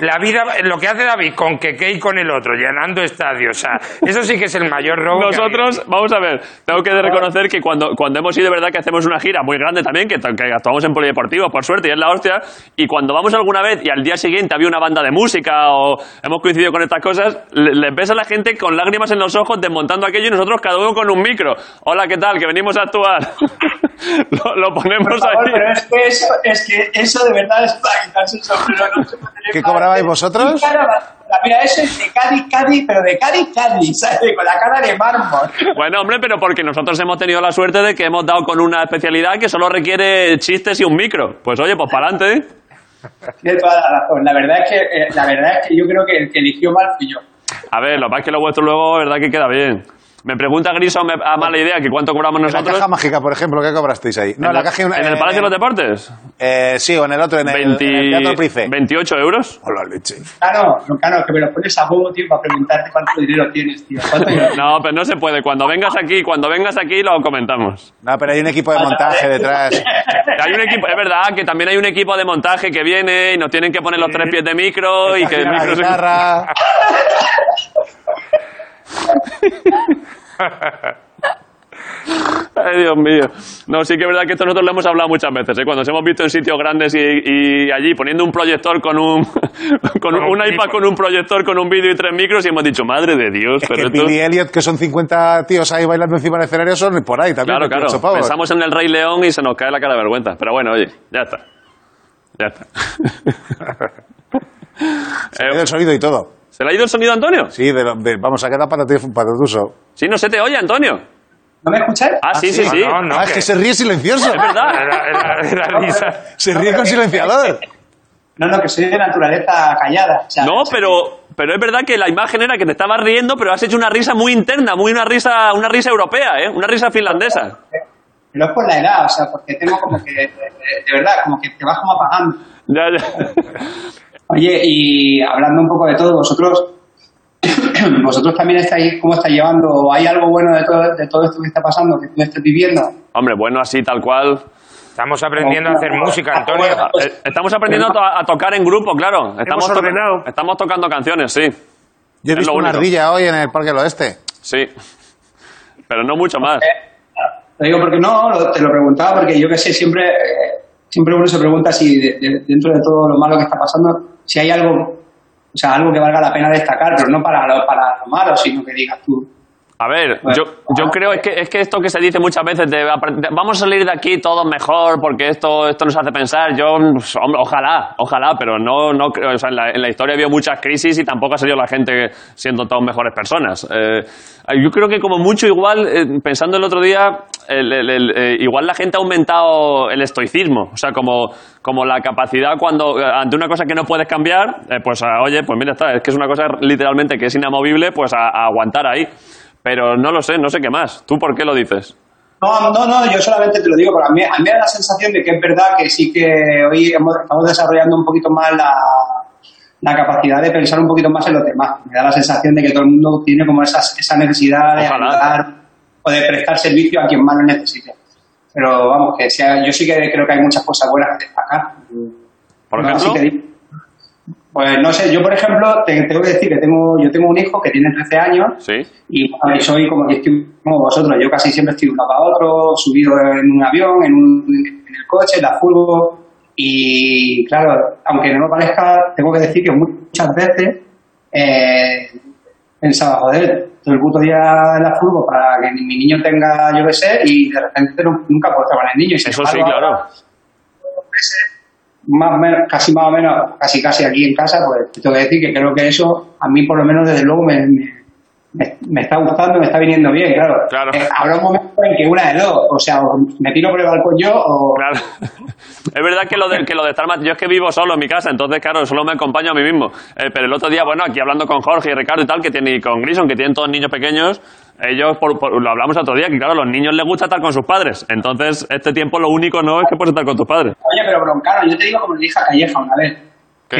[SPEAKER 5] La vida, lo que hace David con Keke y con el otro, llenando estadios, o sea, eso sí que es el mayor robo. que ha habido.
[SPEAKER 2] Nosotros, vamos a ver, tengo que reconocer que cuando, cuando hemos ido, de verdad que hacemos una gira muy grande también, que, to- que actuamos en Polideportivo, por suerte, y es la hostia, y cuando vamos alguna vez y al día siguiente había una banda de música o hemos coincidido con estas cosas, le- les ves a la gente con lágrimas en los ojos desmontando aquello y nosotros cada uno con un micro. Hola, ¿qué tal? Que venimos a actuar. lo, lo ponemos
[SPEAKER 10] Por favor, eh. pero
[SPEAKER 2] ahí.
[SPEAKER 10] es que eso, es que eso de verdad es para quitarse el sombrero. No se puede tener
[SPEAKER 4] ¿Qué
[SPEAKER 10] más.
[SPEAKER 4] cobrabais vosotros?
[SPEAKER 10] Y cara basura. Mira, eso es de Cádiz, Cádiz, pero de Cádiz, Cádiz, ¿sabes? Con la cara de mármol.
[SPEAKER 2] Bueno, hombre, pero porque nosotros hemos tenido la suerte de que hemos dado con una especialidad que solo requiere chistes y un micro. Pues oye, pues para adelante.
[SPEAKER 10] Tienes toda la razón. La verdad es que, eh, la verdad es que yo creo que el que eligió mal fui yo.
[SPEAKER 2] A ver, lo que pasa es que lo vuestro luego, verdad que queda bien. Me pregunta Griso me- a mala idea que cuánto cobramos
[SPEAKER 4] En la
[SPEAKER 2] nosotros.
[SPEAKER 4] caja mágica, por ejemplo, ¿qué cobrasteis ahí?
[SPEAKER 2] ¿En
[SPEAKER 4] No, en la
[SPEAKER 2] la-
[SPEAKER 4] caja.
[SPEAKER 2] ¿En el
[SPEAKER 4] eh,
[SPEAKER 2] Palacio de los Deportes?
[SPEAKER 4] eh, Sí, o en el otro, en el, en el
[SPEAKER 2] 20
[SPEAKER 4] Teatro Price.
[SPEAKER 2] 28 euros.
[SPEAKER 4] Hola, leche.
[SPEAKER 10] Claro, Ah, no, claro, que me lo pones a huevo, tío, para preguntarte cuánto dinero tienes, tío. ¿Cuánto dinero tienes?
[SPEAKER 2] No, pero no se puede. Cuando vengas aquí, cuando vengas aquí lo comentamos.
[SPEAKER 4] No, pero hay un equipo de montaje detrás.
[SPEAKER 2] Hay un equipo, es verdad que también hay un equipo de montaje que viene y nos tienen que poner los tres pies de micro y que el
[SPEAKER 4] La
[SPEAKER 2] micro se-
[SPEAKER 4] guitarra.
[SPEAKER 2] Ay, Dios mío. No, sí que es verdad que esto nosotros lo hemos hablado muchas veces. ¿eh? Cuando nos hemos visto en sitios grandes y, y allí poniendo un proyector con un.
[SPEAKER 5] Con
[SPEAKER 2] con un,
[SPEAKER 5] un
[SPEAKER 2] un iPad
[SPEAKER 5] micro.
[SPEAKER 2] con un proyector, con un vídeo y tres micros y hemos dicho, madre de Dios,
[SPEAKER 4] Es
[SPEAKER 2] pero
[SPEAKER 4] que
[SPEAKER 2] esto.
[SPEAKER 4] Billy Elliot, que son 50 tíos ahí bailando encima del escenario, son por ahí también.
[SPEAKER 2] Claro, claro.
[SPEAKER 4] 28 pavos.
[SPEAKER 2] Pensamos en el Rey León y se nos cae la cara de vergüenza. Pero bueno, oye, ya está. Ya está. Eh,
[SPEAKER 4] El sonido y todo.
[SPEAKER 2] ¿Se le ha ido el sonido a Antonio?
[SPEAKER 4] Sí, de, lo- de- vamos, ha quedado para tu para tu uso.
[SPEAKER 2] Sí, no se te oye, Antonio.
[SPEAKER 10] ¿No me escucháis?
[SPEAKER 2] Ah, sí, sí,
[SPEAKER 5] Ah,
[SPEAKER 2] sí.
[SPEAKER 5] no, no,
[SPEAKER 4] ah, es
[SPEAKER 5] que-
[SPEAKER 4] que se ríe silencioso.
[SPEAKER 2] Es verdad.
[SPEAKER 5] la- la- la- la risa.
[SPEAKER 4] Se ríe con silenciador.
[SPEAKER 10] No, no, que soy de naturaleza callada. o sea,
[SPEAKER 2] No,
[SPEAKER 10] o sea,
[SPEAKER 2] pero, pero es verdad que la imagen era que te estabas riendo, pero has hecho una risa muy interna, muy una risa, una risa europea, ¿eh? Una risa finlandesa.
[SPEAKER 10] Pero es por la edad, o sea, porque tengo como que, de, de- de verdad, como que te vas como apagando.
[SPEAKER 2] Ya, ya.
[SPEAKER 10] Oye, y hablando un poco de todo, vosotros, vosotros también estáis, ¿cómo estáis llevando? ¿Hay algo bueno de todo, de todo esto que está pasando, que tú estés viviendo?
[SPEAKER 2] Hombre, bueno, así, tal cual.
[SPEAKER 5] Estamos aprendiendo a hacer música, Antonio.
[SPEAKER 2] Ah, eh, Estamos aprendiendo a to- a tocar en grupo, claro. Estamos to-
[SPEAKER 6] ordenado.
[SPEAKER 2] Estamos tocando canciones, sí.
[SPEAKER 4] Yo he
[SPEAKER 2] Es
[SPEAKER 4] visto
[SPEAKER 2] lo
[SPEAKER 4] una
[SPEAKER 2] único.
[SPEAKER 4] ardilla hoy en el Parque del Oeste.
[SPEAKER 2] Sí. Pero no mucho más.
[SPEAKER 10] Lo digo porque no, lo- te lo preguntaba porque yo que sé, siempre, eh, siempre uno se pregunta si de- de- dentro de todo lo malo que está pasando, si hay algo, o sea, algo que valga la pena destacar, pero no para lo, para lo malo, sino que digas tú.
[SPEAKER 2] A ver,
[SPEAKER 10] Bueno.
[SPEAKER 2] yo, yo creo es que, es que esto que se dice muchas veces de, apre- de- vamos a salir de aquí todos mejor porque esto, esto nos hace pensar, yo, pues, hombre, ojalá, ojalá, pero no, no creo, o sea, en la, en la historia ha habido muchas crisis y tampoco ha salido la gente siendo todos mejores personas. Eh, yo creo que como mucho igual, eh, pensando el otro día, el- el- el, eh, igual la gente ha aumentado el estoicismo, o sea, como, como la capacidad cuando eh, ante una cosa que no puedes cambiar, eh, pues ah, oye, pues mira, está, es que es una cosa literalmente que es inamovible, pues a- a aguantar ahí. Pero no lo sé, no sé qué más. ¿Tú por qué lo dices?
[SPEAKER 10] No, no, no, yo solamente te lo digo, porque a mí, a mí me da la sensación de que es verdad que sí que hoy hemos, estamos desarrollando un poquito más la, la capacidad de pensar un poquito más en los demás. Me da la sensación de que todo el mundo tiene como esas, esa necesidad de
[SPEAKER 2] Ojalá.
[SPEAKER 10] ayudar o de prestar servicio a quien más lo necesite. Pero vamos, que sea, yo sí que creo que hay muchas cosas buenas que destacar.
[SPEAKER 2] Por
[SPEAKER 10] No,
[SPEAKER 2] ejemplo,
[SPEAKER 10] así que di- pues no sé, yo por ejemplo, te, tengo que decir que tengo, yo tengo un hijo que tiene 13 años
[SPEAKER 2] sí.
[SPEAKER 10] y bueno, y soy como, que estoy como vosotros, yo casi siempre estoy de un lado para otro, subido en un avión, en, un- en el coche, en la furgo. Y claro, aunque no lo parezca, tengo que decir que muchas veces eh, pensaba, joder, todo el puto día en la furgo para que mi niño tenga, yo qué sé, y de repente no- nunca portaban el niño. Y sin
[SPEAKER 2] Eso sí,
[SPEAKER 10] embargo,
[SPEAKER 2] claro.
[SPEAKER 10] ahora, más o menos, casi más o menos, casi casi aquí en casa, pues te tengo que decir que creo que eso a mí por lo menos desde luego me, me- me, me está gustando, me está viniendo bien, claro.
[SPEAKER 2] Claro.
[SPEAKER 10] Eh, habrá un momento en que una de dos, o sea, o me tiro por el balcón yo o...
[SPEAKER 2] Claro. Es verdad que lo, de, que lo de estar más... Yo es que vivo solo en mi casa, entonces, claro, solo me acompaño a mí mismo. Eh, pero el otro día, bueno, aquí hablando con Jorge y Ricardo y tal, que tiene, y con Grison, que tienen todos niños pequeños, ellos, por- por- lo hablamos otro día, que claro, a los niños les gusta estar con sus padres. Entonces, este tiempo lo único no es que puedes estar con tus padres.
[SPEAKER 10] Oye, pero broncaron, yo te digo como le dije a Calleja una vez, que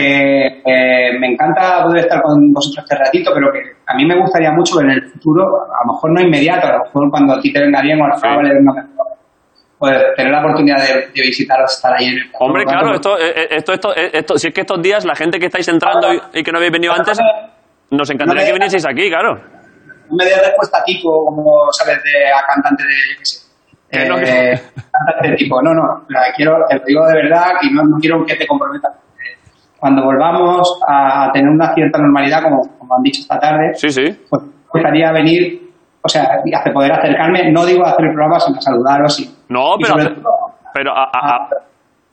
[SPEAKER 10] eh, me encanta poder estar con vosotros este ratito, pero que a mí me gustaría mucho que en el futuro, a lo mejor no inmediato, a lo mejor cuando a ti te venga bien o a
[SPEAKER 2] Sí.
[SPEAKER 10] Rafa le venga mejor, pues tener la oportunidad de, de visitaros, estar ahí en el plató.
[SPEAKER 2] Hombre,
[SPEAKER 10] Por lo
[SPEAKER 2] claro, esto,
[SPEAKER 10] tanto,
[SPEAKER 2] eh, eh, esto, esto, eh, esto, si es que estos días la gente que estáis entrando y, y que no habéis venido antes, nos encantaría que vinieseis aquí, claro.
[SPEAKER 10] no me dé respuesta tipo, como sabes, de a cantante de, yo qué sé.
[SPEAKER 2] Que no, que-
[SPEAKER 10] Eh, cantante tipo, no, no, la quiero, te lo digo de verdad y no, no quiero que te comprometas. Eh, Cuando volvamos a tener una cierta normalidad, como, como han dicho esta tarde,
[SPEAKER 2] Sí, sí.
[SPEAKER 10] pues me gustaría venir, o sea, y hacer- poder acercarme, no digo hacer el programa, sino saludaros y...
[SPEAKER 2] No,
[SPEAKER 10] y
[SPEAKER 2] pero...
[SPEAKER 10] sobre
[SPEAKER 2] hace-
[SPEAKER 10] todo, Ah.
[SPEAKER 2] Pero a- a- a-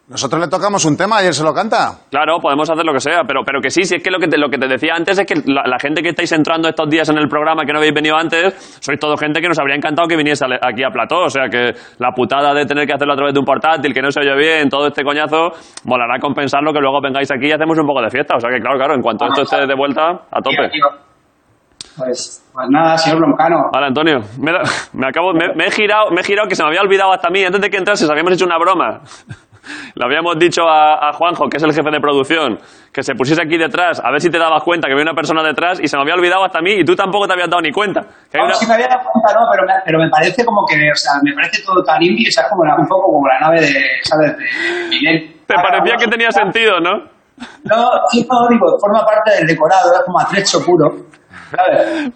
[SPEAKER 4] Nosotros le tocamos un tema y él se lo canta.
[SPEAKER 2] Claro, podemos hacer lo que sea, pero, pero que sí, si es que lo que te, lo que te decía antes es que la, la gente que estáis entrando estos días en el programa que no habéis venido antes, sois todo gente que nos habría encantado que viniese ale- aquí a Plató. O sea que la putada de tener que hacerlo a través de un portátil, que no se oye bien, todo este coñazo, molará compensarlo que luego vengáis aquí y hacemos un poco de fiesta. O sea que claro, claro, en cuanto esto esté de vuelta, a tope.
[SPEAKER 10] tío, tío. Pues, pues nada, señor Broncano,
[SPEAKER 2] Vale, Antonio, me, da- me acabo, me, me he girado, me he girado que se me había olvidado hasta a mí. Antes de que entrases habíamos hecho una broma. Le habíamos dicho a, a Juanjo, que es el jefe de producción, que se pusiese aquí detrás, a ver si te dabas cuenta que había una persona detrás y se me había olvidado hasta a mí y tú tampoco te habías dado ni cuenta. Que hay
[SPEAKER 10] No,
[SPEAKER 2] una-
[SPEAKER 10] sí me había dado cuenta, no, pero me, pero me parece como que, o sea, me parece todo tan indie, o sea, es como la- un poco como la nave de, ¿sabes? De Miguel.
[SPEAKER 2] Te
[SPEAKER 10] Ahora,
[SPEAKER 2] parecía
[SPEAKER 10] bueno,
[SPEAKER 2] que tenía sentido, ¿no?
[SPEAKER 10] No, sí, no, digo, forma parte del decorado, es como atrecho puro, ¿sabes?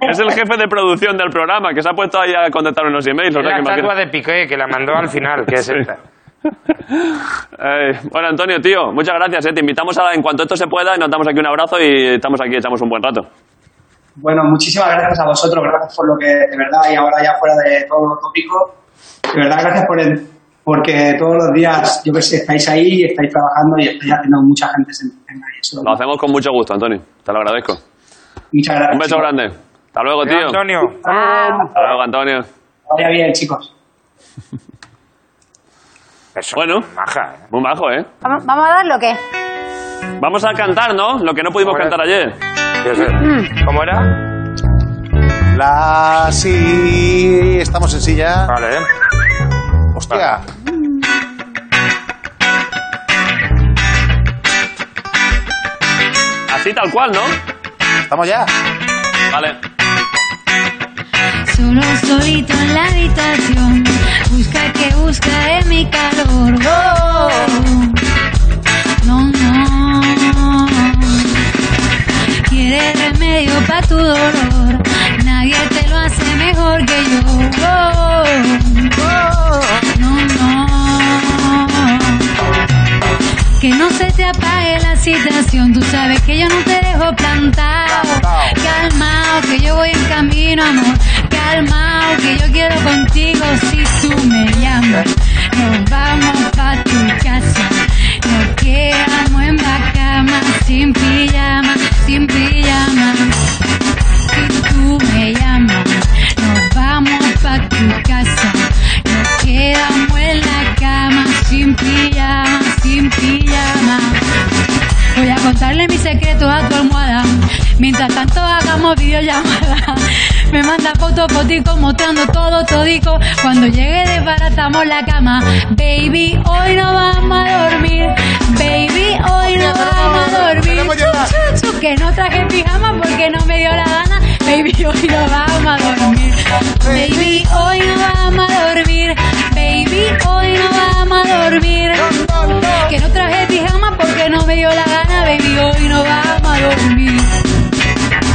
[SPEAKER 2] es el jefe de producción del programa, que se ha puesto ahí a contestar unos emails. o sea
[SPEAKER 5] la
[SPEAKER 2] que imagino-
[SPEAKER 5] estatua de Piqué que la mandó al final, que es esta.
[SPEAKER 2] Eh, bueno, Antonio, tío, muchas gracias. eh. Te invitamos a, en cuanto esto se pueda, y nos damos aquí un abrazo y estamos aquí, echamos un buen rato.
[SPEAKER 10] Bueno, muchísimas gracias a vosotros, gracias por lo que, de verdad, y ahora ya fuera de todos los tópicos, de verdad, gracias por el, porque todos los días, yo que sé, estáis ahí, estáis trabajando y estáis haciendo mucha gente se entretenga y eso.
[SPEAKER 2] Lo hacemos con mucho gusto, Antonio. Te lo agradezco.
[SPEAKER 10] Muchas gracias.
[SPEAKER 2] Un beso
[SPEAKER 10] chicos.
[SPEAKER 2] grande. Hasta luego, tío.
[SPEAKER 5] Antonio,
[SPEAKER 8] Ah,
[SPEAKER 2] Hasta luego, Antonio.
[SPEAKER 10] Vaya bien, chicos.
[SPEAKER 5] persona
[SPEAKER 2] Bueno.
[SPEAKER 5] maja, ¿eh?
[SPEAKER 2] Muy bajo, ¿eh?
[SPEAKER 8] ¿vamos vamos a darlo o qué?
[SPEAKER 2] Vamos a cantar, ¿no? Lo que no pudimos
[SPEAKER 5] Ahora-
[SPEAKER 2] cantar ayer.
[SPEAKER 5] Yo sé. ¿Cómo era?
[SPEAKER 4] La sí. Estamos en silla.
[SPEAKER 5] Vale, ¿eh?
[SPEAKER 4] Hostia.
[SPEAKER 2] Así tal cual, ¿no?
[SPEAKER 4] Estamos ya.
[SPEAKER 2] Vale.
[SPEAKER 3] Solo solito en la habitación, busca que busca en mi calor. Oh, no, no. Quiere remedio para tu dolor, nadie te lo hace mejor que yo. Oh, oh, no, no. Que no se te apague la situación, tú sabes que yo no te dejo plantado. Calmao, que yo voy en camino, amor. Calmao, que yo quiero contigo si tú me llamas. Nos vamos pa' tu casa, nos quedamos en la cama, sin pijama, sin pijama. Si tú me llamas, nos vamos pa' tu casa. Nos quedamos en la cama sin pijama, sin pijama. Voy a contarle mis secretos a tu almohada. Mientras tanto hagamos videollamada. Me manda fotos, fotico, mostrando todo, todico. Cuando llegue desbaratamos la cama. Baby, hoy no vamos a dormir. Baby, hoy no vamos a dormir.
[SPEAKER 4] Queremos llegar.
[SPEAKER 3] Chu, chu, chu, Que no traje pijama porque no me dio la gana. Baby, hoy no vamos a dormir. Baby, hoy no vamos a dormir. Baby, hoy no vamos a dormir. Que no traje pijama porque no me dio la gana. Baby, hoy no vamos a dormir.